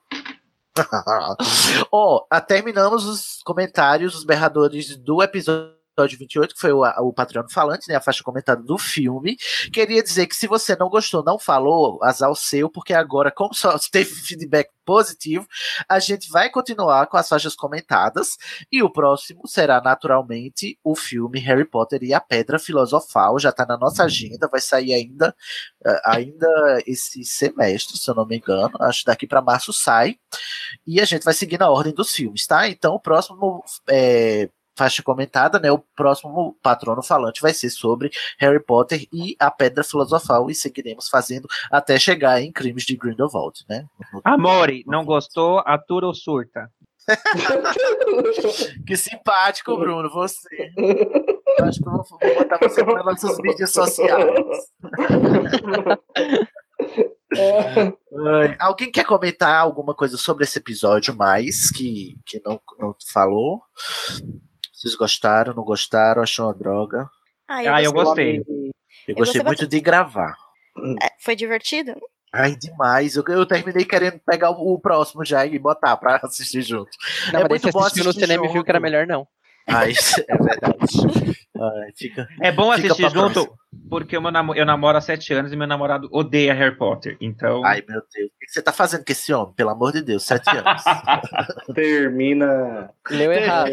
A: Ó, ah, terminamos os comentários, os berradores do episódio. 28, que foi o, o Patreon Falante, né? A faixa comentada do filme. Queria dizer que se você não gostou, não falou, azar o seu, porque agora, como só teve feedback positivo, a gente vai continuar com as faixas comentadas. E o próximo será, naturalmente, o filme Harry Potter e a Pedra Filosofal. Já tá na nossa agenda, vai sair ainda, ah, ainda esse semestre, se eu não me engano. Acho que daqui para março sai. E a gente vai seguir na ordem dos filmes, tá? Então, o próximo. É, faixa comentada, né? O próximo patrono falante vai ser sobre Harry Potter e a Pedra Filosofal e seguiremos fazendo até chegar em Crimes de Grindelwald, né?
F: Amore, não gostou? Atura ou surta?
A: que simpático, Bruno, você. Eu acho que eu vou, vou botar você nas nossas mídias sociais. É. Alguém quer comentar alguma coisa sobre esse episódio mais que, que não, não falou? Vocês gostaram, não gostaram, achou uma droga?
F: Ah, eu, ah, eu gostei.
A: Eu, eu gostei muito bastante. de gravar.
D: É, foi divertido?
A: Ai, demais. Eu, eu terminei querendo pegar o, o, próximo já e botar pra assistir junto.
E: Não, é mas muito bom assistir no cinema junto. e viu que era melhor não.
A: Ai, é verdade. Ai, fica,
F: é bom assistir junto, próxima. porque eu namoro, eu namoro há sete anos e meu namorado odeia Harry Potter. Então.
A: Ai, meu Deus. O que você tá fazendo com esse homem? Pelo amor de Deus, sete anos.
I: Termina.
E: Leu
A: Ah.
E: errado.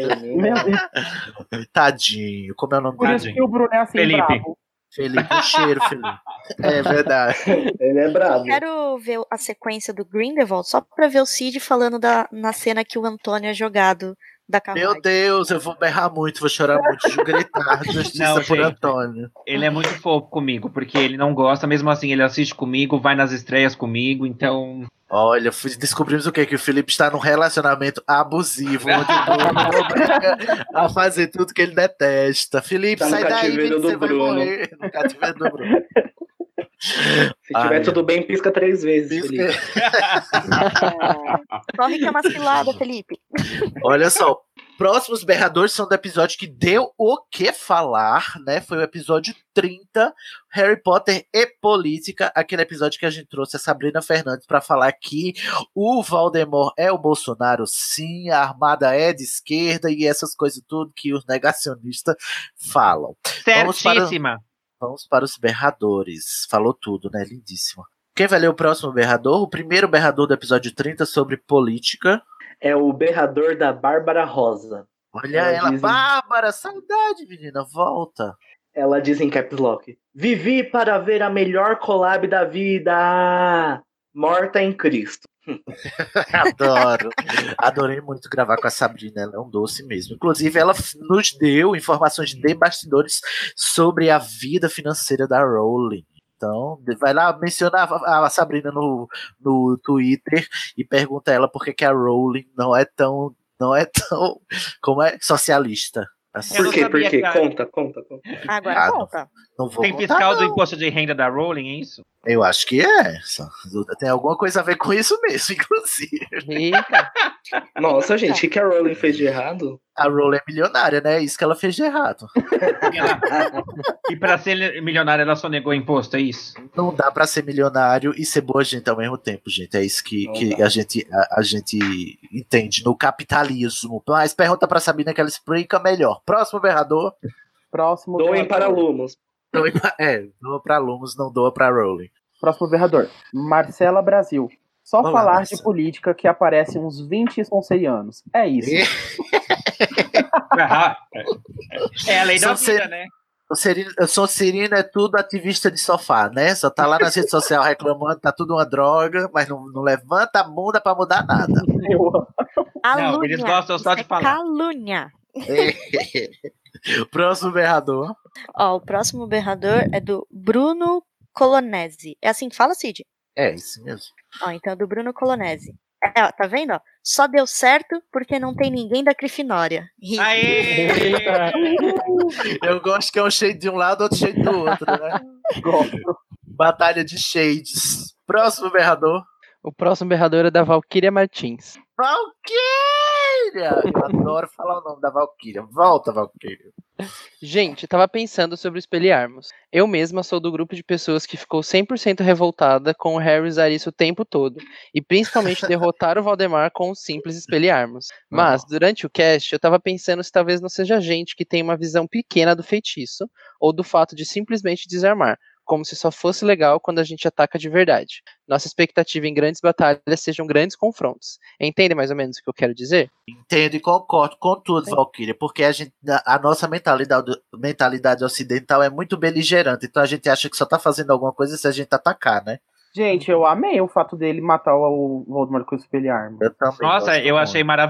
A: Tadinho, como é o nome
B: dele? o Bruno é assim,
F: Felipe.
B: Bravo.
A: Felipe, o cheiro, Felipe. É verdade.
I: Ele é bravo. Eu
D: quero ver a sequência do Grindelwald só pra ver o Cid falando da, na cena que o Antônio é jogado
A: meu Deus, eu vou berrar muito, vou chorar muito, vou gritar justiça não, por gente, Antônio.
F: Ele é muito fofo comigo, porque ele não gosta, mesmo assim ele assiste comigo, vai nas estreias comigo, então...
A: Olha, descobrimos o quê? Que o Felipe está num relacionamento abusivo, onde o Bruno obriga a fazer tudo que ele detesta. Felipe, tá sai daí, menino, você Bruno. vai morrer no cativeiro do Bruno.
I: Se tiver Ai, tudo bem, pisca três vezes, pisca. Felipe.
D: Corre que é uma cilada, Felipe.
A: Olha só, próximos berradores são do episódio que deu o que falar, né? Foi o episódio 30, Harry Potter e Política, aquele episódio que a gente trouxe a Sabrina Fernandes para falar que o Valdemar é o Bolsonaro, sim, a armada é de esquerda e essas coisas tudo que os negacionistas falam.
F: Certíssima.
A: Vamos para os berradores. Falou tudo, né? Lindíssima. Quem vai ler o próximo berrador? O primeiro berrador do episódio 30 sobre política.
I: É o berrador da Bárbara Rosa.
A: Olha
F: É,
A: ela, ela diz... Bárbara, saudade, menina, volta.
I: Ela diz em caps lock: Vivi para ver a melhor collab da vida. Morta em Cristo.
A: Adoro. Adorei muito gravar com a Sabrina, ela é um doce mesmo. Inclusive, ela nos deu informações de bastidores sobre a vida financeira da Rowling. Então, vai lá mencionar a Sabrina no, no Twitter e pergunta a ela por que, que a Rowling não é tão. não é tão. como é? socialista.
I: Assim. Por quê? Por quê? Conta, conta, conta.
D: Agora ah, conta.
A: Não, não vou
F: Tem fiscal contar, do imposto de renda da Rowling, é isso?
A: Eu acho que é. Tem alguma coisa a ver com isso mesmo, inclusive.
I: Nossa, gente, o que a Rowling fez de errado?
A: A Rowling é milionária, né? Isso que ela fez de errado.
F: e para ser milionária, ela só negou imposto, é isso?
A: Não dá para ser milionário e ser boa gente ao mesmo tempo, gente. É isso que, Não que dá. a, gente, a, a, gente entende no capitalismo. Mas pergunta para Sabina que ela explica melhor. Próximo berrador.
B: Próximo.
I: Doem berrador. para alunos.
A: Doem pra, é, doa para alunos, não doa para Rowling.
B: Próximo berrador. Marcela Brasil. Só Olá, falar Marcela. de política que aparece uns 20 sonserianos. É isso.
F: é a lei da Sonser... vida, né?
A: Sonserino é tudo ativista de sofá, né? Só tá lá na rede social reclamando, tá tudo uma droga, mas não, não levanta a bunda pra mudar nada.
F: não, eles gostam só de falar.
D: É Calúnia.
A: próximo berrador.
D: Ó, o próximo berrador é do Bruno Colonese. É assim que fala, Cid?
A: É, isso mesmo.
D: Ó, então é do Bruno Colonese. É, ó, tá vendo? Ó, só deu certo porque não tem ninguém da Grifinória.
F: Aê!
A: Eu gosto que é um shade de um lado, outro shade do outro, né? Gosto. Batalha de shades. Próximo berrador.
E: O próximo berrador é da Valkyria Martins.
A: Valkyria! Valkyria! Eu adoro falar o nome da Valkyria. Volta, Valkyria.
E: Gente, tava pensando sobre os Peliarmos. Eu mesma sou do grupo de pessoas que ficou 100% revoltada com o Harry usar isso o tempo todo, e principalmente derrotar o Valdemar com um simples Expelliarmus. Mas, durante o cast, eu tava pensando se talvez não seja gente que tem uma visão pequena do feitiço, ou do fato de simplesmente desarmar, como se só fosse legal quando a gente ataca de verdade. Nossa expectativa em grandes batalhas sejam grandes confrontos. Entende mais ou menos o que eu quero dizer?
A: Entendo e concordo com tudo, Valkyria, porque a, gente, a nossa mentalidade, mentalidade ocidental é muito beligerante, então a gente acha que só tá fazendo alguma coisa se a gente atacar, né?
B: Gente, eu amei o fato dele matar o Voldemort com o espelharmo.
A: tá
F: Nossa, eu achei maravilhoso.